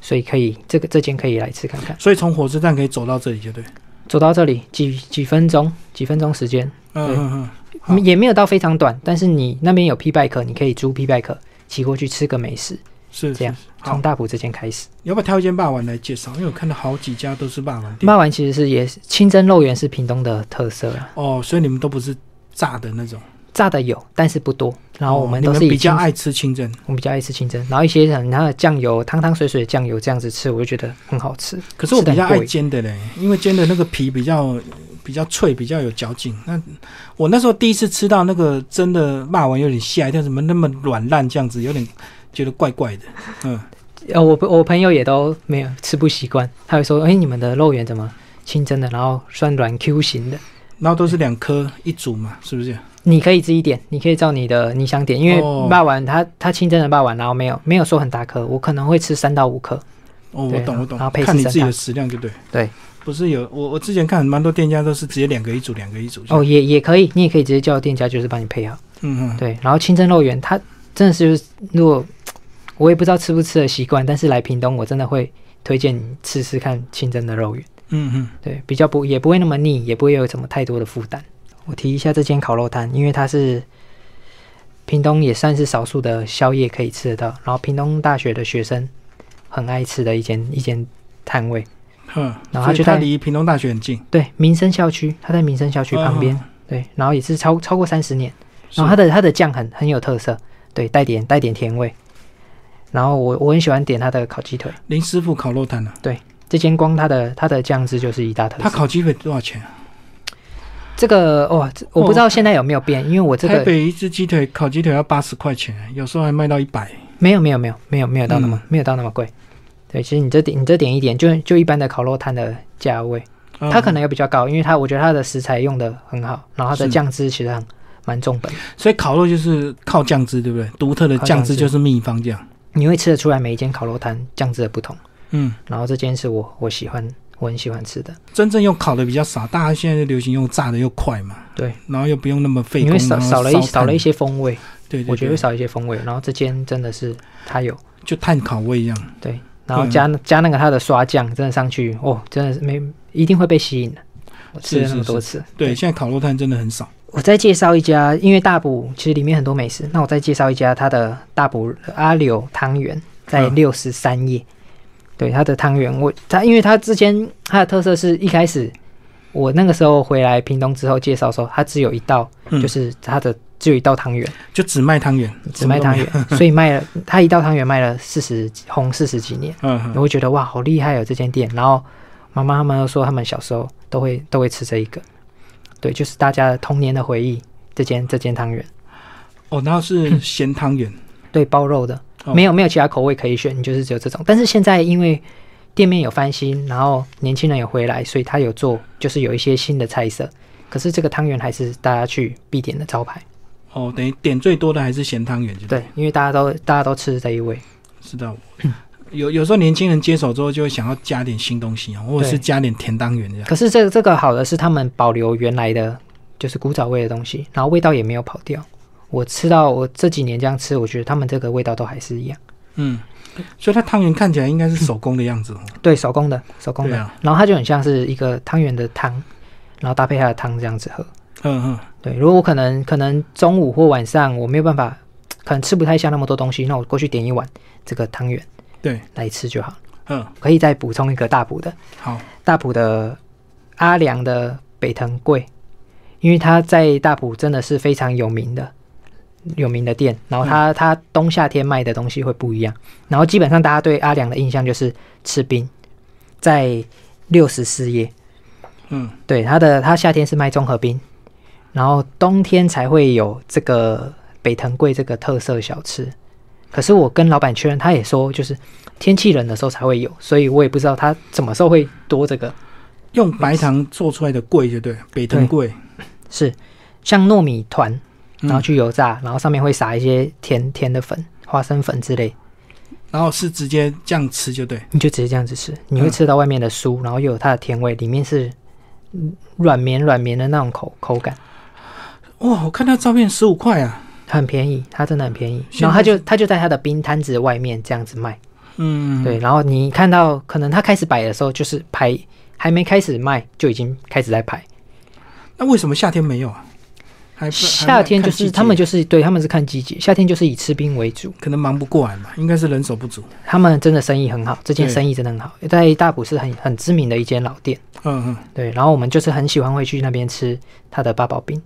[SPEAKER 2] 所以可以这个这间可以来吃看看。
[SPEAKER 1] 所以从火车站可以走到这里，就对，
[SPEAKER 2] 走到这里几几分钟，几分钟时间，
[SPEAKER 1] 嗯
[SPEAKER 2] 对
[SPEAKER 1] 嗯嗯，好
[SPEAKER 2] 也没有到非常短，但是你那边有 P bike，你可以租 P bike 骑过去吃个美食，
[SPEAKER 1] 是
[SPEAKER 2] 这样。
[SPEAKER 1] 是是好
[SPEAKER 2] 从，大埔这间开始。
[SPEAKER 1] 要不要挑一间霸王来介绍？因为我看到好几家都是霸王店
[SPEAKER 2] 骂完其实是也是清蒸肉圆是屏东的特色啦，
[SPEAKER 1] 哦，所以你们都不是炸的那种，
[SPEAKER 2] 炸的有，但是不多。然后我
[SPEAKER 1] 哦
[SPEAKER 2] 们
[SPEAKER 1] 你
[SPEAKER 2] 都
[SPEAKER 1] 们
[SPEAKER 2] 是以
[SPEAKER 1] 比较
[SPEAKER 2] 清
[SPEAKER 1] 爱吃清蒸，
[SPEAKER 2] 我比较爱吃清蒸，然后一些很它的酱油汤汤水水的酱油这样子吃，我就觉得很好吃。
[SPEAKER 1] 可是我比较
[SPEAKER 2] 吃得很
[SPEAKER 1] 爱
[SPEAKER 2] 过瘾
[SPEAKER 1] 煎的嘞，因为煎的那个皮比较比较脆，比较有嚼劲。那我那时候第一次吃到那个真的骂完有点吓一跳，怎么那么软烂这样子，有点觉得怪怪的。嗯，
[SPEAKER 2] 呃，我我朋友也都没有吃不习惯，他会说：“哎、你们的肉圆怎么清蒸的，然后酸软 Q 型的？
[SPEAKER 1] 然后都是两颗一组嘛，是不是？
[SPEAKER 2] 你可以自己点，你可以照你的你想点，因为
[SPEAKER 1] 哦
[SPEAKER 2] 霸丸它它清蒸的霸丸，然后没有没有说很大颗，我可能会吃三到五颗。
[SPEAKER 1] 哦，我
[SPEAKER 2] 对啊
[SPEAKER 1] 懂我懂
[SPEAKER 2] 然后，配
[SPEAKER 1] 看你
[SPEAKER 2] 四
[SPEAKER 1] 自
[SPEAKER 2] 神
[SPEAKER 1] 己的
[SPEAKER 2] 汤
[SPEAKER 1] 食量就对。
[SPEAKER 2] 对，
[SPEAKER 1] 不是有我我之前看蛮多店家都是直接两个一组，两个一组。
[SPEAKER 2] 哦，，也也可以，你也可以直接叫店家就是帮你配好。
[SPEAKER 1] 嗯嗯，
[SPEAKER 2] 对，然后清蒸肉圆它真的是就是如果我也不知道吃不吃的习惯，但是来屏东我真的会推荐你吃吃看清蒸的肉圆。
[SPEAKER 1] 嗯嗯，
[SPEAKER 2] 对，比较不也不会那么腻，也不会有什么太多的负担。我提一下这间烤肉摊，因为它是屏东也算是少数的宵夜可以吃得到，然后屏东大学的学生很爱吃的一间一间摊位。
[SPEAKER 1] 嗯，所
[SPEAKER 2] 然后它
[SPEAKER 1] 以
[SPEAKER 2] 就
[SPEAKER 1] 它
[SPEAKER 2] 在
[SPEAKER 1] 离屏东大学很近，
[SPEAKER 2] 对，民生校区，它在民生校区旁边。
[SPEAKER 1] 嗯
[SPEAKER 2] 对，然后也是超超过三十年，然后它
[SPEAKER 1] 是
[SPEAKER 2] 的它的酱很很有特色，对，带点带点甜味。然后我我很喜欢点它的烤鸡腿，
[SPEAKER 1] 林师傅烤肉摊啊，
[SPEAKER 2] 这间光它的它的酱汁就是一大特
[SPEAKER 1] 他
[SPEAKER 2] 色。
[SPEAKER 1] 烤鸡腿多少钱啊？
[SPEAKER 2] 这个哇、这我不知道现在有没有变，因为我这
[SPEAKER 1] 哦台
[SPEAKER 2] 个
[SPEAKER 1] 北一只鸡腿烤鸡腿要八十块钱，有时候还卖到一百。
[SPEAKER 2] 没有没有没有没有没有到那
[SPEAKER 1] 嗯
[SPEAKER 2] 么、没有到那么贵。对，其实你这点你这点一点就就一般的烤肉摊的价位，
[SPEAKER 1] 嗯
[SPEAKER 2] 它可能也比较高，因为它我觉得它的食材用的很好，然后它的
[SPEAKER 1] 是
[SPEAKER 2] 酱汁其实很蛮重本的，
[SPEAKER 1] 所以烤肉就是靠酱汁，对不对？独特的酱汁就是秘方这样。
[SPEAKER 2] 你会吃得出来每一间烤肉摊酱汁的不同。
[SPEAKER 1] 嗯，
[SPEAKER 2] 然后这间是我我喜欢我很喜欢吃的，
[SPEAKER 1] 真正用烤的比较少，大家现在流行用炸的又快嘛。
[SPEAKER 2] 对，
[SPEAKER 1] 然后又不用那么费
[SPEAKER 2] 因
[SPEAKER 1] 工，
[SPEAKER 2] 为少
[SPEAKER 1] 然后
[SPEAKER 2] 少了一
[SPEAKER 1] 烧炭
[SPEAKER 2] 少了一，些风味，
[SPEAKER 1] 对对对
[SPEAKER 2] 我觉得少一些风味。然后这间真的是它有
[SPEAKER 1] 就碳烤味一样。
[SPEAKER 2] 对，然
[SPEAKER 1] 嗯
[SPEAKER 2] 后加、加那个它的刷酱，真的上去哦，真的是没一定会被吸引的。我吃了
[SPEAKER 1] 是
[SPEAKER 2] 那么
[SPEAKER 1] 是
[SPEAKER 2] 多次，
[SPEAKER 1] 对，现在烤肉摊真的很少。
[SPEAKER 2] 我再介绍一家，因为大埔其实里面很多美食，那我再介绍一家它的大埔阿柳汤圆，在
[SPEAKER 1] 嗯
[SPEAKER 2] 六十三页。对它的汤圆，我它因为它之前它的特色是一开始我那个时候回来屏东之后介绍说，它只有一道，
[SPEAKER 1] 嗯
[SPEAKER 2] 就是它的只有一道汤圆，
[SPEAKER 1] 就只卖汤圆，
[SPEAKER 2] 只卖汤
[SPEAKER 1] 圆。
[SPEAKER 2] 圆，所以卖了它一道汤圆卖了四十红四十几年，
[SPEAKER 1] 嗯，
[SPEAKER 2] 我
[SPEAKER 1] 嗯
[SPEAKER 2] 会觉得哇好厉害哦这间店。然后妈妈他们都说他们小时候都会都会吃这一个，对，就是大家童年的回忆。这间这间汤圆，
[SPEAKER 1] 哦，然后是咸汤圆，
[SPEAKER 2] 对，包肉的，
[SPEAKER 1] 哦
[SPEAKER 2] 没有没有其他口味可以选，你就是只有这种。但是现在因为店面有翻新，然后年轻人有回来，所以他有做就是有一些新的菜色。可是这个汤圆还是大家去必点的招牌，
[SPEAKER 1] 哦，等于点最多的还是咸汤圆，就
[SPEAKER 2] 对，因为大家都大家都吃这一味，
[SPEAKER 1] 知道。有有时候年轻人接手之后，就会想要加点新东西啊，或者是
[SPEAKER 2] 对
[SPEAKER 1] 加点甜汤圆这样。
[SPEAKER 2] 可是这这个好的是他们保留原来的就是古早味的东西，然后味道也没有跑掉。我吃到我这几年这样吃，我觉得他们这个味道都还是一样。
[SPEAKER 1] 嗯，所以它汤圆看起来应该是手工的样子哦。
[SPEAKER 2] 对，手工的，手工
[SPEAKER 1] 对
[SPEAKER 2] 的，
[SPEAKER 1] 啊，
[SPEAKER 2] 然后它就很像是一个汤圆的汤，然后搭配它的汤这样子喝。
[SPEAKER 1] 嗯嗯，
[SPEAKER 2] 对，如果我可能可能中午或晚上我没有办法，可能吃不太下那么多东西，那我过去点一碗这个汤圆
[SPEAKER 1] 对，
[SPEAKER 2] 来吃就好。
[SPEAKER 1] 嗯，
[SPEAKER 2] 可以再补充一个大补的，
[SPEAKER 1] 好，
[SPEAKER 2] 大埔的阿良的北藤贵，因为他在大埔真的是非常有名的有名的店，然后他、他冬夏天卖的东西会不一样，然后基本上大家对阿良的印象就是吃冰，在六十四页，
[SPEAKER 1] 嗯，
[SPEAKER 2] 对他的他夏天是卖综合冰，然后冬天才会有这个北藤贵这个特色小吃。可是我跟老板确认，他也说就是天气冷的时候才会有，所以我也不知道他什么时候会多这个。
[SPEAKER 1] 用白糖做出来的桂就对了，北藤桂，
[SPEAKER 2] 是像糯米团，
[SPEAKER 1] 嗯
[SPEAKER 2] 然后去油炸，然后上面会撒一些甜甜的粉、花生粉之类，
[SPEAKER 1] 然后是直接这样吃就对。
[SPEAKER 2] 你就直接这样子吃，你会
[SPEAKER 1] 嗯
[SPEAKER 2] 吃到外面的酥，然后又有它的甜味，里面是嗯软绵软绵的那种口口感，嗯
[SPEAKER 1] 哇，我看那照片十五块啊，
[SPEAKER 2] 很便宜，它真的很便宜。
[SPEAKER 1] 现在
[SPEAKER 2] 然后它就是它就在它的冰摊子外面这样子卖，
[SPEAKER 1] 嗯，
[SPEAKER 2] 对，，然后你看到可能它开始摆的时候，就是排还没开始卖就已经开始在排。
[SPEAKER 1] 那为什么夏天没有啊？还不
[SPEAKER 2] 夏天就是他们，就是对他们是看季节，夏天就是以吃冰为主。
[SPEAKER 1] 还看季节可能忙不过来嘛，应该是人手不足。
[SPEAKER 2] 他们真的生意很好，这间
[SPEAKER 1] 对
[SPEAKER 2] 生意真的很好，在大埔是很很知名的一间老店。
[SPEAKER 1] 嗯嗯
[SPEAKER 2] 对，然后我们就是很喜欢会去那边吃他的八宝冰、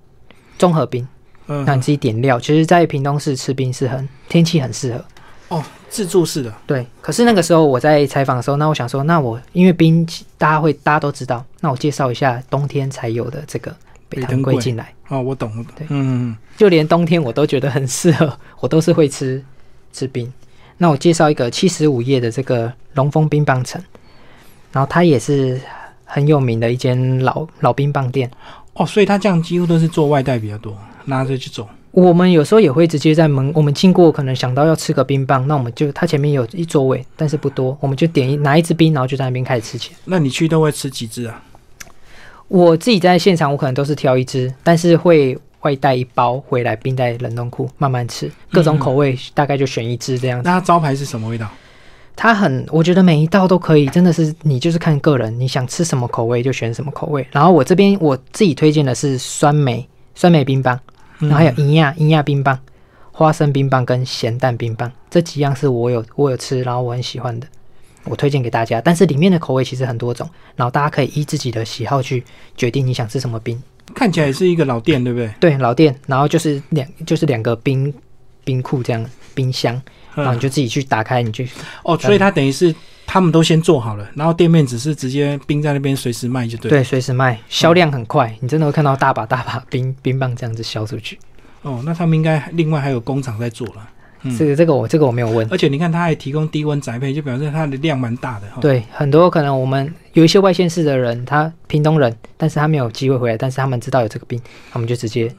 [SPEAKER 2] 综合冰，
[SPEAKER 1] 嗯，
[SPEAKER 2] 那你自己点料。其实，在屏东市吃冰是很天气很适合。
[SPEAKER 1] 哦，自助式的，
[SPEAKER 2] 对，可是那个时候我在采访的时候，那我想说，那我因为冰大家会大家都知道，那我介绍一下冬天才有的这个北
[SPEAKER 1] 北
[SPEAKER 2] 糖
[SPEAKER 1] 藤
[SPEAKER 2] 桂
[SPEAKER 1] 贵
[SPEAKER 2] 进来，
[SPEAKER 1] 哦，我懂，我懂
[SPEAKER 2] 对，
[SPEAKER 1] 嗯嗯
[SPEAKER 2] 就连冬天我都觉得很适合，我都是会吃 吃冰。那我介绍一个七十五页的这个龙峰冰棒城，然后它也是很有名的一间老老冰棒店。
[SPEAKER 1] 嗯，哦，所以他这样几乎都是做外带比较多，拿着去走。
[SPEAKER 2] 我们有时候也会直接在门，我们经过可能想到要吃个冰棒，那我们就它前面有一座位，但是不多，我们就点一拿一支冰，然后就在那边开始吃起来。
[SPEAKER 1] 那你去都会吃几只啊？
[SPEAKER 2] 我自己在现场，我可能都是挑一支，但是会外带一包回来冰在冷冻库慢慢吃，各种口味大概就选一支这样子。
[SPEAKER 1] 那它招牌是什么味道？
[SPEAKER 2] 它很，我觉得每一道都可以，真的是你就是看个人，你想吃什么口味就选什么口味。然后我这边我自己推荐的是酸梅酸梅冰棒，
[SPEAKER 1] 嗯
[SPEAKER 2] 然后还有银亚银亚冰棒、花生冰棒跟咸蛋冰棒，这几样是我有我有吃，然后我很喜欢的，我推荐给大家。但是里面的口味其实很多种，然后大家可以依自己的喜好去决定你想吃什么冰。
[SPEAKER 1] 看起来是一个老店，对不对？
[SPEAKER 2] 对，老店，然后就是两就是两个冰冰库这样冰箱，然后你
[SPEAKER 1] 嗯，
[SPEAKER 2] 就自己去打开，你就
[SPEAKER 1] 哦，所以它等于是他们都先做好了，然后店面只是直接冰在那边随时卖就对。，嗯
[SPEAKER 2] 对，随时卖，销量很快，你真的会看到大把大把冰冰棒这样子销出去。
[SPEAKER 1] 哦，那他们应该另外还有工厂在做了。嗯
[SPEAKER 2] 这个这个我这个我没有问。
[SPEAKER 1] 而且你看，它还提供低温宅配，就表示它的量蛮大的哈。，
[SPEAKER 2] 对，很多可能我们有一些外县市的人，他屏东人，但是他没有机会回来，但是他们知道有这个冰，他们就直接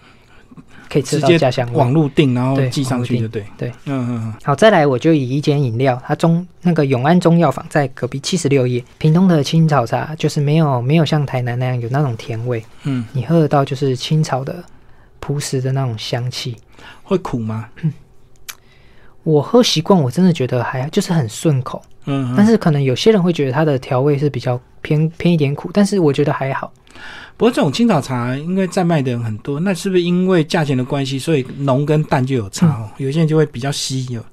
[SPEAKER 2] 可以吃
[SPEAKER 1] 直
[SPEAKER 2] 到
[SPEAKER 1] 接
[SPEAKER 2] 家乡
[SPEAKER 1] 网
[SPEAKER 2] 味。
[SPEAKER 1] 路订，然后
[SPEAKER 2] 对
[SPEAKER 1] 寄上去就对。
[SPEAKER 2] 对，
[SPEAKER 1] 嗯嗯嗯，
[SPEAKER 2] 好，再来我就以一间饮料，它中那个永安中药坊在隔壁七十六页，屏东的青草茶就是没有没有像台南那样有那种甜味，
[SPEAKER 1] 嗯，
[SPEAKER 2] 你喝得到就是青草的朴实的那种香气。
[SPEAKER 1] 会苦吗？
[SPEAKER 2] 我喝习惯，我真的觉得还就是很顺口，
[SPEAKER 1] 嗯，嗯
[SPEAKER 2] 但是可能有些人会觉得它的调味是比较偏偏一点苦，但是我觉得还好。
[SPEAKER 1] 不过这种青草茶应该在卖的人很多，那是不是因为价钱的关系，所以浓跟淡就有差哦？
[SPEAKER 2] 嗯
[SPEAKER 1] 有些人就会比较稀有，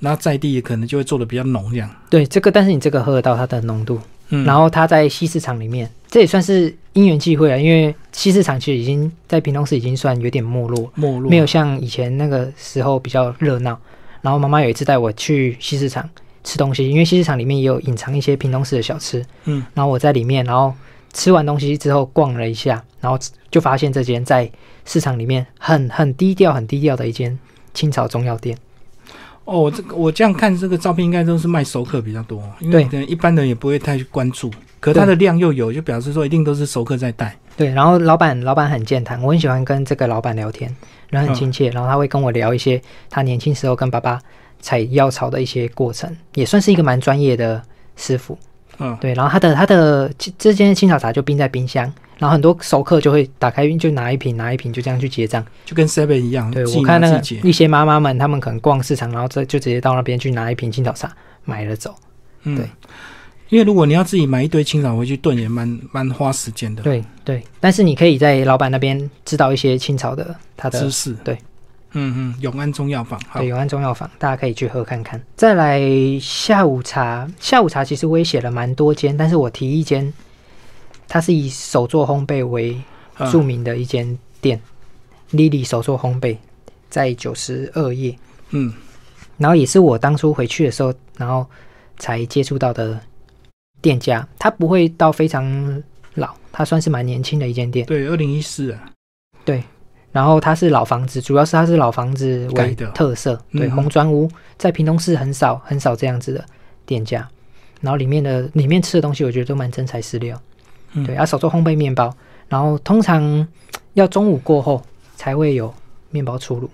[SPEAKER 1] 然后在地可能就会做的比较浓这样。
[SPEAKER 2] 对这个，但是你这个喝得到它的浓度，
[SPEAKER 1] 嗯，
[SPEAKER 2] 然后它在西市场里面，这也算是因缘际会啊，因为西市场其实已经在屏东市已经算有点没落，
[SPEAKER 1] 没落
[SPEAKER 2] 没有像以前那个时候比较热闹。然后妈妈有一次带我去西市场吃东西，因为西市场里面也有隐藏一些屏东市的小吃，
[SPEAKER 1] 嗯，
[SPEAKER 2] 然后我在里面，然后吃完东西之后逛了一下，然后就发现这间在市场里面很很低调、很低调的一间青草中药店。
[SPEAKER 1] 哦，我这个我这样看这个照片，应该都是卖熟客比较多，因
[SPEAKER 2] 对
[SPEAKER 1] 为可能一般人也不会太去关注。可它的量又有，就表示说一定都是熟客在带。
[SPEAKER 2] 对，然后老板老板很健谈，我很喜欢跟这个老板聊天，人很亲
[SPEAKER 1] 嗯
[SPEAKER 2] 切，然后他会跟我聊一些他年轻时候跟爸爸采药草的一些过程，也算是一个蛮专业的师傅。
[SPEAKER 1] 嗯，
[SPEAKER 2] 对，然后他的他的这这间青草茶就冰在冰箱，然后很多熟客就会打开就拿一瓶拿一瓶就这样去结账。
[SPEAKER 1] 就跟 Seven 一样，
[SPEAKER 2] 对
[SPEAKER 1] 自己
[SPEAKER 2] 我看那
[SPEAKER 1] 拿
[SPEAKER 2] 个
[SPEAKER 1] 自己结
[SPEAKER 2] 一些妈妈们，她们可能逛市场，然后这就直接到那边去拿一瓶青草茶买了走。
[SPEAKER 1] 嗯，
[SPEAKER 2] 对。
[SPEAKER 1] 因为如果你要自己买一堆青草回去炖，也蛮蛮花时间的。
[SPEAKER 2] 对对，但是你可以在老板那边知道一些青草的它的
[SPEAKER 1] 知识。
[SPEAKER 2] 对，
[SPEAKER 1] 嗯嗯，永安中药房，好
[SPEAKER 2] 对，，永安中药房，大家可以去喝看看。再来下午茶，下午茶其实我也写了蛮多间，但是我提一间，它是以手作烘焙为
[SPEAKER 1] 嗯
[SPEAKER 2] 著名的一间店、l i l y 手作烘焙，在九十二页，
[SPEAKER 1] 嗯，
[SPEAKER 2] 然后也是我当初回去的时候，然后才接触到的店家，它不会到非常老，它算是蛮年轻的一间店。
[SPEAKER 1] 对，二零一四啊，
[SPEAKER 2] 然后它是老房子，主要是它是老房子为
[SPEAKER 1] 改的
[SPEAKER 2] 特色，
[SPEAKER 1] 嗯
[SPEAKER 2] 对，
[SPEAKER 1] 哼
[SPEAKER 2] 红砖屋在屏东市很少很少这样子的店家。然后里面的里面吃的东西，我觉得都蛮真材实料。
[SPEAKER 1] 嗯
[SPEAKER 2] 对，啊，手做烘焙面包，然后通常要中午过后才会有面包出炉。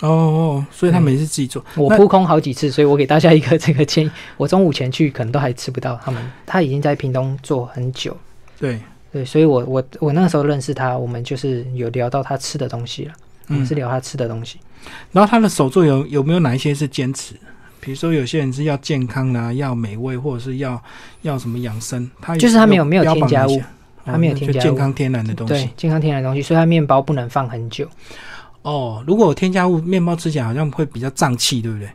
[SPEAKER 1] 哦哦，所以他们也是自己做。
[SPEAKER 2] 我
[SPEAKER 1] 那
[SPEAKER 2] 扑空好几次，所以我给大家一个这个建议： 我中午前去可能都还吃不到他们。他已经在屏东做很久，
[SPEAKER 1] 对，
[SPEAKER 2] 对，所以我我我那时候认识他，我们就是有聊到他吃的东西了，我们
[SPEAKER 1] 嗯
[SPEAKER 2] 是，聊他吃的东西。
[SPEAKER 1] 然后他的手作有有没有哪一些是坚持？比如说有些人是要健康啦、要美味，或者是要要什么养生，他
[SPEAKER 2] 就是他没有没有
[SPEAKER 1] 标榜
[SPEAKER 2] 添加
[SPEAKER 1] 一
[SPEAKER 2] 物
[SPEAKER 1] 下，
[SPEAKER 2] 他没有
[SPEAKER 1] 哦那
[SPEAKER 2] 添
[SPEAKER 1] 就
[SPEAKER 2] 加
[SPEAKER 1] 健
[SPEAKER 2] 物
[SPEAKER 1] 康天然的东
[SPEAKER 2] 对
[SPEAKER 1] 西。
[SPEAKER 2] 健康天然的东西，所以它面包不能放很久。
[SPEAKER 1] 哦，如果有添加物，面包吃起来好像会比较胀气，对不对？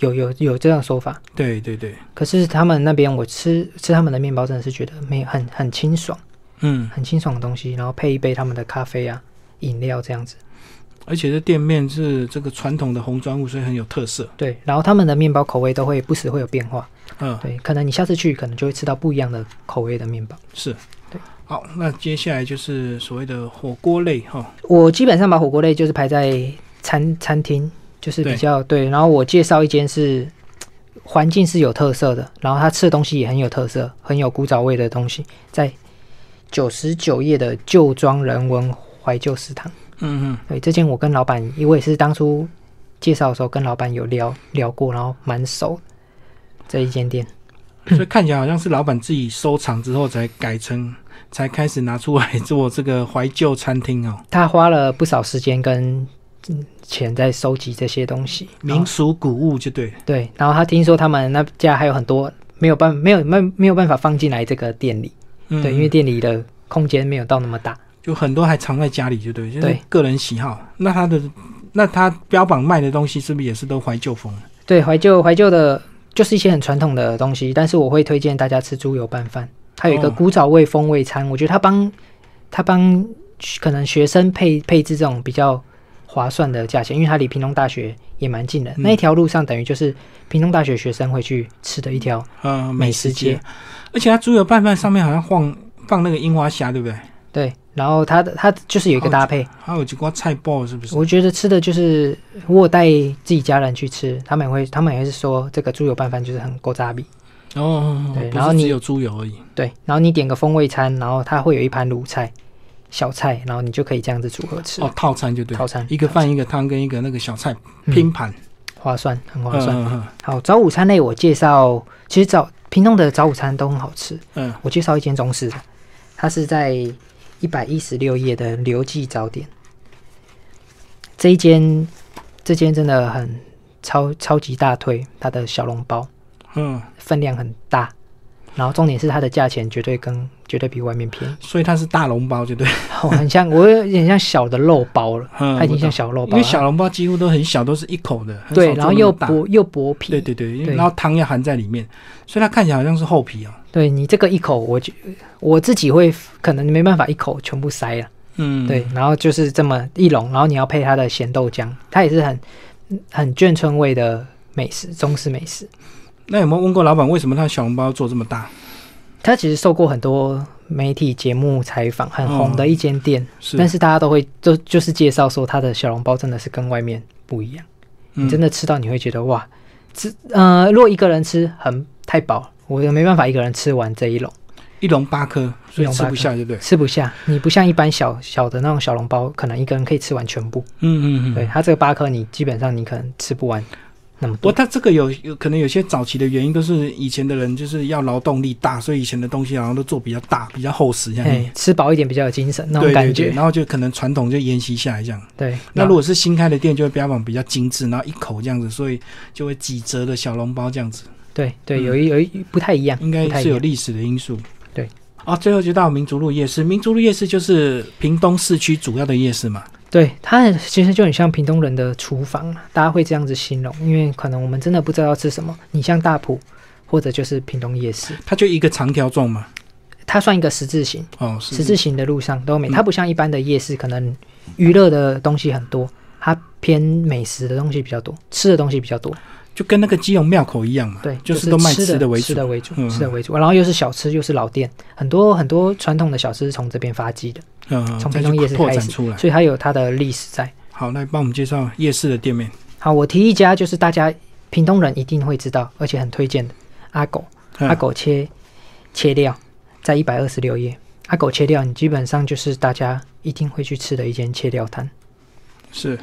[SPEAKER 2] 有有有这样说法，
[SPEAKER 1] 对对对，
[SPEAKER 2] 可是他们那边我吃吃他们的面包真的是觉得没有很很清爽，
[SPEAKER 1] 嗯，
[SPEAKER 2] 很清爽的东西，然后配一杯他们的咖啡啊饮料这样子。
[SPEAKER 1] 而且这店面是这个传统的红砖物，所以很有特色。
[SPEAKER 2] 对，然后他们的面包口味都会不时会有变化。
[SPEAKER 1] 嗯，
[SPEAKER 2] 对，可能你下次去可能就会吃到不一样的口味的面包。
[SPEAKER 1] 是
[SPEAKER 2] 对。
[SPEAKER 1] 好，那接下来就是所谓的火锅类哈，
[SPEAKER 2] 我基本上把火锅类就是排在餐餐厅，就是比
[SPEAKER 1] 对
[SPEAKER 2] 较对然后我介绍一间是嘖环境是有特色的，然后它吃的东西也很有特色，很有古早味的东西，在九十九页的旧庄人文怀旧食堂。
[SPEAKER 1] 嗯嗯，
[SPEAKER 2] 对，这间我跟老板，因为我也是当初介绍的时候跟老板有聊聊过，然后蛮熟的这一间店。
[SPEAKER 1] 所以看起来好像是老板自己收藏之后才改成， 才开始拿出来做这个怀旧餐厅哦，
[SPEAKER 2] 他花了不少时间跟嗯钱在收集这些东西。然
[SPEAKER 1] 民
[SPEAKER 2] 后
[SPEAKER 1] 俗古物就对了，
[SPEAKER 2] 对，然后他听说他们那家还有很多没有办没有没有没有办法放进来这个店里，
[SPEAKER 1] 嗯
[SPEAKER 2] 对，因为店里的空间没有到那么大。
[SPEAKER 1] 就很多还藏在家里，就对，就是
[SPEAKER 2] 对
[SPEAKER 1] 个人喜好。那他的那他标榜卖的东西是不是也是都怀旧风？
[SPEAKER 2] 对，怀旧怀旧的就是一些很传统的东西，但是我会推荐大家吃猪油拌饭，还有一个
[SPEAKER 1] 哦
[SPEAKER 2] 古早味风味餐，我觉得他帮他帮可能学生配配置这种比较。划算的价钱，因为它离屏东大学也蛮近的，
[SPEAKER 1] 嗯
[SPEAKER 2] 那一条路上等于就是屏东大学学生会去吃的一条
[SPEAKER 1] 呃，美
[SPEAKER 2] 美食
[SPEAKER 1] 食
[SPEAKER 2] 街
[SPEAKER 1] 街，而且他猪油拌饭上面好像放放那个樱花虾，对不对？
[SPEAKER 2] 对，然后它的它就是有一个
[SPEAKER 1] 哦
[SPEAKER 2] 搭配，
[SPEAKER 1] 还有几锅菜包，是不是？
[SPEAKER 2] 我觉得吃的就是我有带自己家人去吃，他们也会他们也是说这个猪油拌饭就是很够扎比，
[SPEAKER 1] 哦
[SPEAKER 2] 对，然
[SPEAKER 1] 然
[SPEAKER 2] 后
[SPEAKER 1] 后
[SPEAKER 2] 你
[SPEAKER 1] 只有猪油而已。
[SPEAKER 2] 对，然后你点个风味餐，然后它会有一盘卤菜、小菜，然后你就可以这样子组合吃，
[SPEAKER 1] 哦，套餐就对，
[SPEAKER 2] 套餐
[SPEAKER 1] 一个饭一个汤跟一个那个小菜
[SPEAKER 2] 嗯
[SPEAKER 1] 拼盘，
[SPEAKER 2] 划算，很划
[SPEAKER 1] 嗯
[SPEAKER 2] 算。
[SPEAKER 1] 嗯
[SPEAKER 2] 好，早午餐类我介绍，其实早屏东的早午餐都很好吃，
[SPEAKER 1] 嗯
[SPEAKER 2] 我介绍一间中式的，它是在一百一十六页的刘记早点。这一间，这间真的很超超级大推，它的小笼包
[SPEAKER 1] 嗯，
[SPEAKER 2] 分量很大，然后重点是它的价钱绝对跟绝对比外面便宜，
[SPEAKER 1] 所以它是大笼包，就对，
[SPEAKER 2] 哦、 很像我有点像小的肉包了，
[SPEAKER 1] 嗯
[SPEAKER 2] 它已经
[SPEAKER 1] 我
[SPEAKER 2] 像
[SPEAKER 1] 懂
[SPEAKER 2] 小肉
[SPEAKER 1] 因
[SPEAKER 2] 包
[SPEAKER 1] 为
[SPEAKER 2] 了，
[SPEAKER 1] 小笼包几乎都很小，都是一口的，很
[SPEAKER 2] 对，
[SPEAKER 1] 少做
[SPEAKER 2] 然后
[SPEAKER 1] 那么
[SPEAKER 2] 又
[SPEAKER 1] 大
[SPEAKER 2] 薄又薄皮，
[SPEAKER 1] 对对对，因为
[SPEAKER 2] 对
[SPEAKER 1] 然后汤要含在里面，所以它看起来好像是厚皮哦。
[SPEAKER 2] 对你这个一口我就我自己会可能没办法一口全部塞了。
[SPEAKER 1] 嗯，
[SPEAKER 2] 对，，然后就是这么一笼，然后你要配它的咸豆浆，它也是很很眷村味的美食，中式美食。
[SPEAKER 1] 那有没有问过老板为什么他的小笼包做这么大？
[SPEAKER 2] 它其实受过很多媒体节目采访，很红的一间店，
[SPEAKER 1] 嗯是，
[SPEAKER 2] 但是大家都会就就是介绍说它的小笼包真的是跟外面不一样，
[SPEAKER 1] 嗯
[SPEAKER 2] 真的吃到你会觉得哇，只呃，如果一个人吃很太饱，我也没办法一个人吃完这一笼，
[SPEAKER 1] 一笼八颗，所
[SPEAKER 2] 一
[SPEAKER 1] 以
[SPEAKER 2] 笼
[SPEAKER 1] 吃
[SPEAKER 2] 八
[SPEAKER 1] 不
[SPEAKER 2] 颗
[SPEAKER 1] 下，对不对？
[SPEAKER 2] 吃不下。你不像一般小小的那种小笼包，可能一个人可以吃完全部。
[SPEAKER 1] 嗯嗯嗯，
[SPEAKER 2] 对，它这个八颗，你基本上你可能吃不完那么
[SPEAKER 1] 不过
[SPEAKER 2] 多。
[SPEAKER 1] 它这个有有可能有些早期的原因都是以前的人就是要劳动力大，所以以前的东西好像都做比较大、比较厚实这样。
[SPEAKER 2] 哎，吃饱一点比较有精神那
[SPEAKER 1] 对
[SPEAKER 2] 种
[SPEAKER 1] 对
[SPEAKER 2] 感
[SPEAKER 1] 对
[SPEAKER 2] 觉。
[SPEAKER 1] 然后就可能传统就沿袭下来这样。
[SPEAKER 2] 对，
[SPEAKER 1] 那
[SPEAKER 2] 那
[SPEAKER 1] 如果是新开的店，就会标榜比较精致，然后一口这样子，所以就会几折的小笼包这样子，
[SPEAKER 2] 对对，
[SPEAKER 1] 嗯
[SPEAKER 2] 有一有一不太一样，
[SPEAKER 1] 应
[SPEAKER 2] 不
[SPEAKER 1] 该
[SPEAKER 2] 太
[SPEAKER 1] 是
[SPEAKER 2] 一
[SPEAKER 1] 有
[SPEAKER 2] 样。
[SPEAKER 1] 历史的因素。
[SPEAKER 2] 对，
[SPEAKER 1] 啊，最后就到民族路夜市，民族路夜市就是屏东市区主要的夜市嘛。
[SPEAKER 2] 对，它其实就很像屏东人的厨房，啊大家会这样子形容，因为可能我们真的不知道要吃什么。你像大埔，或者就是屏东夜市，
[SPEAKER 1] 它就一个长条状嘛，
[SPEAKER 2] 它算一个十字形，
[SPEAKER 1] 哦，
[SPEAKER 2] 十
[SPEAKER 1] 是
[SPEAKER 2] 字形的路上都有美。
[SPEAKER 1] 嗯
[SPEAKER 2] 它不像一般的夜市，可能娱乐的东西很多，它偏美食的东西比较多，吃的东西比较多。
[SPEAKER 1] 就跟那个基隆庙口一样嘛，
[SPEAKER 2] 对，
[SPEAKER 1] 啊就是是都卖
[SPEAKER 2] 吃
[SPEAKER 1] 吃的为主
[SPEAKER 2] 吃的为主，
[SPEAKER 1] 嗯
[SPEAKER 2] 吃的为主。然后又是小吃，又是老店，很多很多传统的小吃是从这边发迹的，
[SPEAKER 1] 嗯，
[SPEAKER 2] 从
[SPEAKER 1] 再
[SPEAKER 2] 屏
[SPEAKER 1] 去
[SPEAKER 2] 东夜市
[SPEAKER 1] 扩
[SPEAKER 2] 开
[SPEAKER 1] 展
[SPEAKER 2] 始
[SPEAKER 1] 出来。
[SPEAKER 2] 所以它有它的历史在。
[SPEAKER 1] 好，来帮我们介绍夜市的店面。
[SPEAKER 2] 好，我提一家就是大家屏东人一定会知道，而且很推荐的阿狗，
[SPEAKER 1] 嗯
[SPEAKER 2] 阿狗切切料，在一百二十六页。阿狗切料，你基本上就是大家一定会去吃的一间切料摊，
[SPEAKER 1] 是，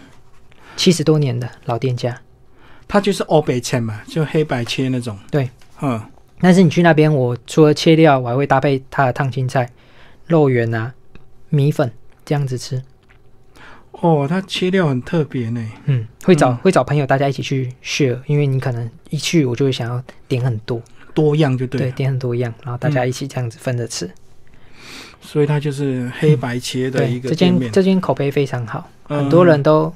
[SPEAKER 2] 七十多年的老店家。
[SPEAKER 1] 它就是欧北切嘛，就黑白切那种。
[SPEAKER 2] 对，
[SPEAKER 1] 嗯，
[SPEAKER 2] 但是你去那边，我除了切料，我还会搭配它的烫青菜、肉圆啊、米粉这样子吃。
[SPEAKER 1] 哦，它切料很特别呢。
[SPEAKER 2] 嗯，会找、
[SPEAKER 1] 嗯
[SPEAKER 2] 会找朋友大家一起去 share，因为你可能一去我就会想要点很多，
[SPEAKER 1] 多样就对了，
[SPEAKER 2] 点很多样，然后大家一起这样子分着吃。
[SPEAKER 1] 所以它就是黑白切的一
[SPEAKER 2] 嗯对，
[SPEAKER 1] 个
[SPEAKER 2] 这
[SPEAKER 1] 店
[SPEAKER 2] 间
[SPEAKER 1] 面，
[SPEAKER 2] 这间口碑非常好，
[SPEAKER 1] 嗯
[SPEAKER 2] 很多人。都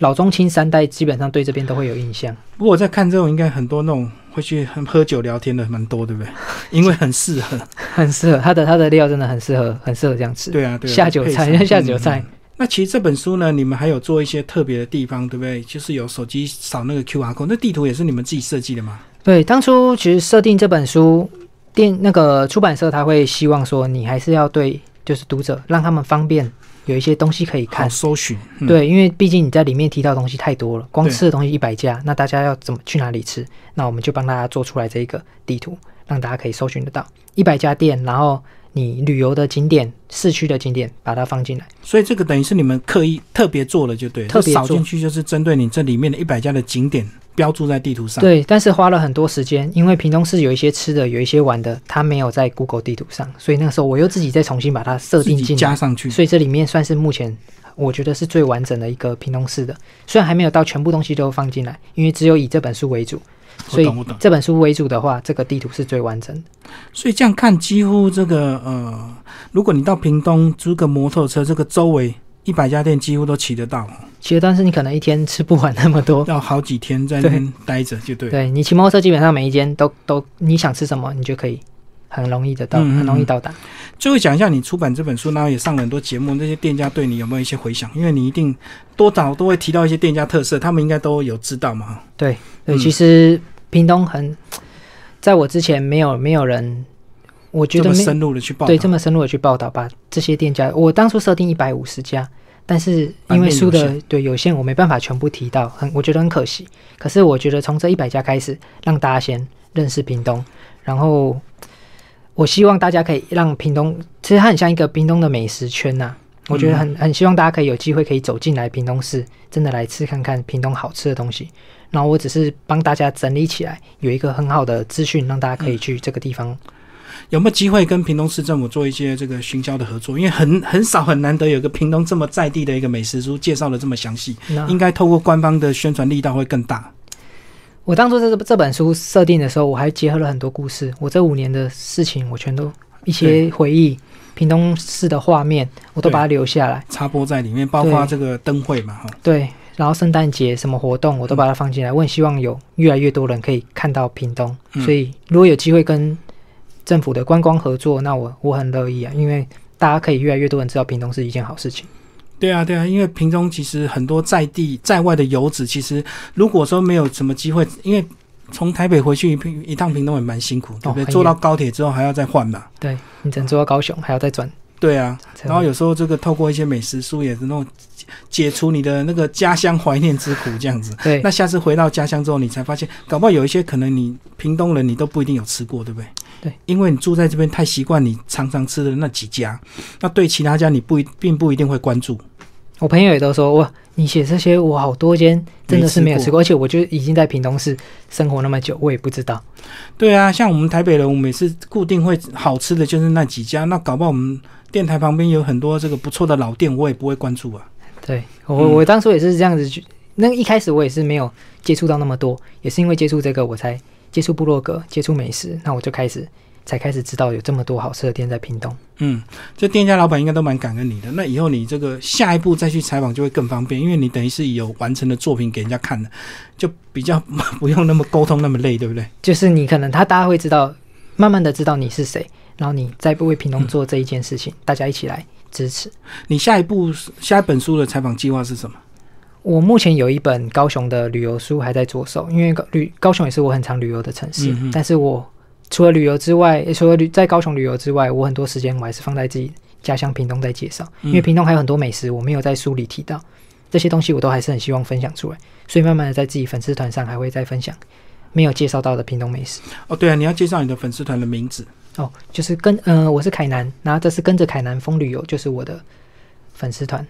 [SPEAKER 2] 老中青三代基本上对这边都会有印象。
[SPEAKER 1] 不过我在看这种，应该很多那种会去喝酒聊天的蛮多，对不 对？因为很适合，
[SPEAKER 2] 很适合它的它的料真的很适合，很适合这样吃。
[SPEAKER 1] 对啊，对啊。
[SPEAKER 2] 下酒菜
[SPEAKER 1] 配上
[SPEAKER 2] 下酒菜
[SPEAKER 1] 嗯嗯那其实这本书呢，你们还有做一些特别的地方，对不对？就是有手机扫那个 QR code，那地图也是你们自己设计的吗？
[SPEAKER 2] 对，当初其实设定这本书，电那个出版社他会希望说，你还是要对就是读者让他们方便有一些东西可以
[SPEAKER 1] 好
[SPEAKER 2] 看。
[SPEAKER 1] 搜寻，嗯，
[SPEAKER 2] 对，因为毕竟你在里面提到的东西太多了，光
[SPEAKER 1] 对
[SPEAKER 2] 吃的东西一百家，那大家要怎么去哪里吃？那我们就帮大家做出来这一个地图，让大家可以搜寻得到一百家店，然后你旅游的景点、市区的景点把它放进来。
[SPEAKER 1] 所以这个等于是你们刻意特别做的，就对了，
[SPEAKER 2] 特别
[SPEAKER 1] 就扫
[SPEAKER 2] 做
[SPEAKER 1] 进去就是针对你这里面的一百家的景点标注在地图上。
[SPEAKER 2] 对，但是花了很多时间，因为屏东市有一些吃的，有一些玩的，它没有在 Google 地图上，所以那个时候我又自己再重新把它设
[SPEAKER 1] 自
[SPEAKER 2] 定
[SPEAKER 1] 己
[SPEAKER 2] 进
[SPEAKER 1] 加
[SPEAKER 2] 来，
[SPEAKER 1] 上去，
[SPEAKER 2] 所以这里面算是目前我觉得是最完整的一个屏东市的，虽然还没有到全部东西都放进来，因为只有以这本书为主，所
[SPEAKER 1] 我
[SPEAKER 2] 以
[SPEAKER 1] 懂我懂。
[SPEAKER 2] 这本书为主的话，这个地图是最完整的。
[SPEAKER 1] 所以这样看，几乎这个呃，如果你到屏东租个摩托车，这个周围一百家店几乎都骑得到，
[SPEAKER 2] 其实，但是你可能一天吃不完那么多。
[SPEAKER 1] 要好几天在那边待着 就对。
[SPEAKER 2] 对你骑摩托车，基本上每一间都都你想吃什么，你就可以很容易的到，
[SPEAKER 1] 嗯嗯
[SPEAKER 2] 很容易
[SPEAKER 1] 嗯
[SPEAKER 2] 到达。
[SPEAKER 1] 最后讲一下你出版这本书，然后也上了很多节目，那些店家对你有没有一些回响？因为你一定多少都会提到一些店家特色，他们应该都有知道嘛。
[SPEAKER 2] 对，
[SPEAKER 1] 嗯
[SPEAKER 2] 其实屏东很，在我之前没有没有人，我觉
[SPEAKER 1] 这
[SPEAKER 2] 得
[SPEAKER 1] 么
[SPEAKER 2] 没
[SPEAKER 1] 深入的去报道
[SPEAKER 2] 对，这么深入的去报道吧。这些店家，我当初设定一百五十家，但是
[SPEAKER 1] 版
[SPEAKER 2] 因为
[SPEAKER 1] 面
[SPEAKER 2] 书
[SPEAKER 1] 有
[SPEAKER 2] 的对有限，我没办法全部提到，很我觉得很可惜。可是我觉得从这一百家开始，让大家先认识屏东，然后我希望大家可以让屏东，其实它很像一个屏东的美食圈呐、我觉得
[SPEAKER 1] 嗯
[SPEAKER 2] 很很希望大家可以有机会可以走进来屏东市，真的来吃看看屏东好吃的东西。然后我只是帮大家整理起来，有一个很好的资讯，让大
[SPEAKER 1] 嗯
[SPEAKER 2] 家可以去这个地方
[SPEAKER 1] 有没有机会跟屏东市政府做一些这个行销的合作？因为很很少很难得有个屏东这么在地的一个美食书介绍的这么详细，
[SPEAKER 2] 那
[SPEAKER 1] 应该透过官方的宣传力道会更大。
[SPEAKER 2] 我当初这这本书设定的时候，我还结合了很多故事。我这五年的事情，我全都一些回忆，屏东市的画面，我都
[SPEAKER 1] 对
[SPEAKER 2] 把它留下来。
[SPEAKER 1] 插播在里面，包括
[SPEAKER 2] 对
[SPEAKER 1] 这个灯会嘛，哈，
[SPEAKER 2] 对，然后圣诞节什么活动，我都把它放进来。我很希望有越来越多人可以看到屏东，
[SPEAKER 1] 嗯
[SPEAKER 2] 所以如果有机会跟政府的观光合作，那我我很乐意啊，因为大家可以越来越多人知道屏东是一件好事情。
[SPEAKER 1] 对啊，对啊，因为屏东其实很多在地在外的游子，其实如果说没有什么机会，因为从台北回去一趟一趟屏东也蛮辛苦，对不
[SPEAKER 2] 哦很
[SPEAKER 1] 对？
[SPEAKER 2] 远
[SPEAKER 1] 坐到高铁之后还要再换嘛。
[SPEAKER 2] 对你只能坐到高雄，还要再转。
[SPEAKER 1] 对啊，
[SPEAKER 2] 才
[SPEAKER 1] 然后有时候这个透过一些美食书也是那种解除你的那个家乡怀念之苦这样子。
[SPEAKER 2] 对，
[SPEAKER 1] 那下次回到家乡之后，你才发现，搞不好有一些可能你屏东人你都不一定有吃过，对不对？
[SPEAKER 2] 对，
[SPEAKER 1] 因为你住在这边太习惯你常常吃的那几家，那对其他家你不一并不一定会关注。
[SPEAKER 2] 我朋友也都说哇，你写这些我好多间真的是没有吃过，而且我就已经在屏东市生活那么久，我也不知道。
[SPEAKER 1] 对啊，像我们台北人，我们每次固定会好吃的就是那几家，那搞不好我们电台旁边有很多这个不错的老店，我也不会关注啊。
[SPEAKER 2] 对我、
[SPEAKER 1] 嗯
[SPEAKER 2] 我当初也是这样子去，那一开始我也是没有接触到那么多，也是因为接触这个我才接触部落格，接触美食，那我就开始才开始知道有这么多好吃的店在屏东。
[SPEAKER 1] 嗯，这店家老板应该都蛮感恩你的。那以后你这个下一步再去采访就会更方便，因为你等于是有完成的作品给人家看的，就比较 不用那么沟通那么累，对不对？
[SPEAKER 2] 就是你可能他大家会知道，慢慢的知道你是谁，然后你再为屏东做这一件事情，大家一起来支持。
[SPEAKER 1] 你下一步下一本书的采访计划是什么？
[SPEAKER 2] 我目前有一本高雄的旅游书还在着手，因为高旅高雄也是我很常旅游的城市，
[SPEAKER 1] 嗯哼
[SPEAKER 2] 但是我除了旅游之外，除了旅在高雄旅游之外，我很多时间我还是放在自己家乡屏东在介绍，因为
[SPEAKER 1] 嗯
[SPEAKER 2] 屏东还有很多美食我没有在书里提到，这些东西我都还是很希望分享出来，所以慢慢的在自己粉丝团上还会再分享没有介绍到的屏东美食。
[SPEAKER 1] 哦，对啊，你要介绍你的粉丝团的名字。
[SPEAKER 2] 哦，就是跟呃，我是凯南，然后这是跟着凯南风旅游，就是我的粉丝团。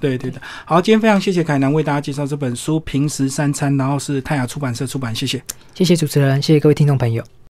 [SPEAKER 1] 对对的，好，今天非常谢谢凯南为大家介绍这本书《平时三餐》，然后是泰雅出版社出版，谢谢。
[SPEAKER 2] 谢谢主持人，谢谢各位听众朋友。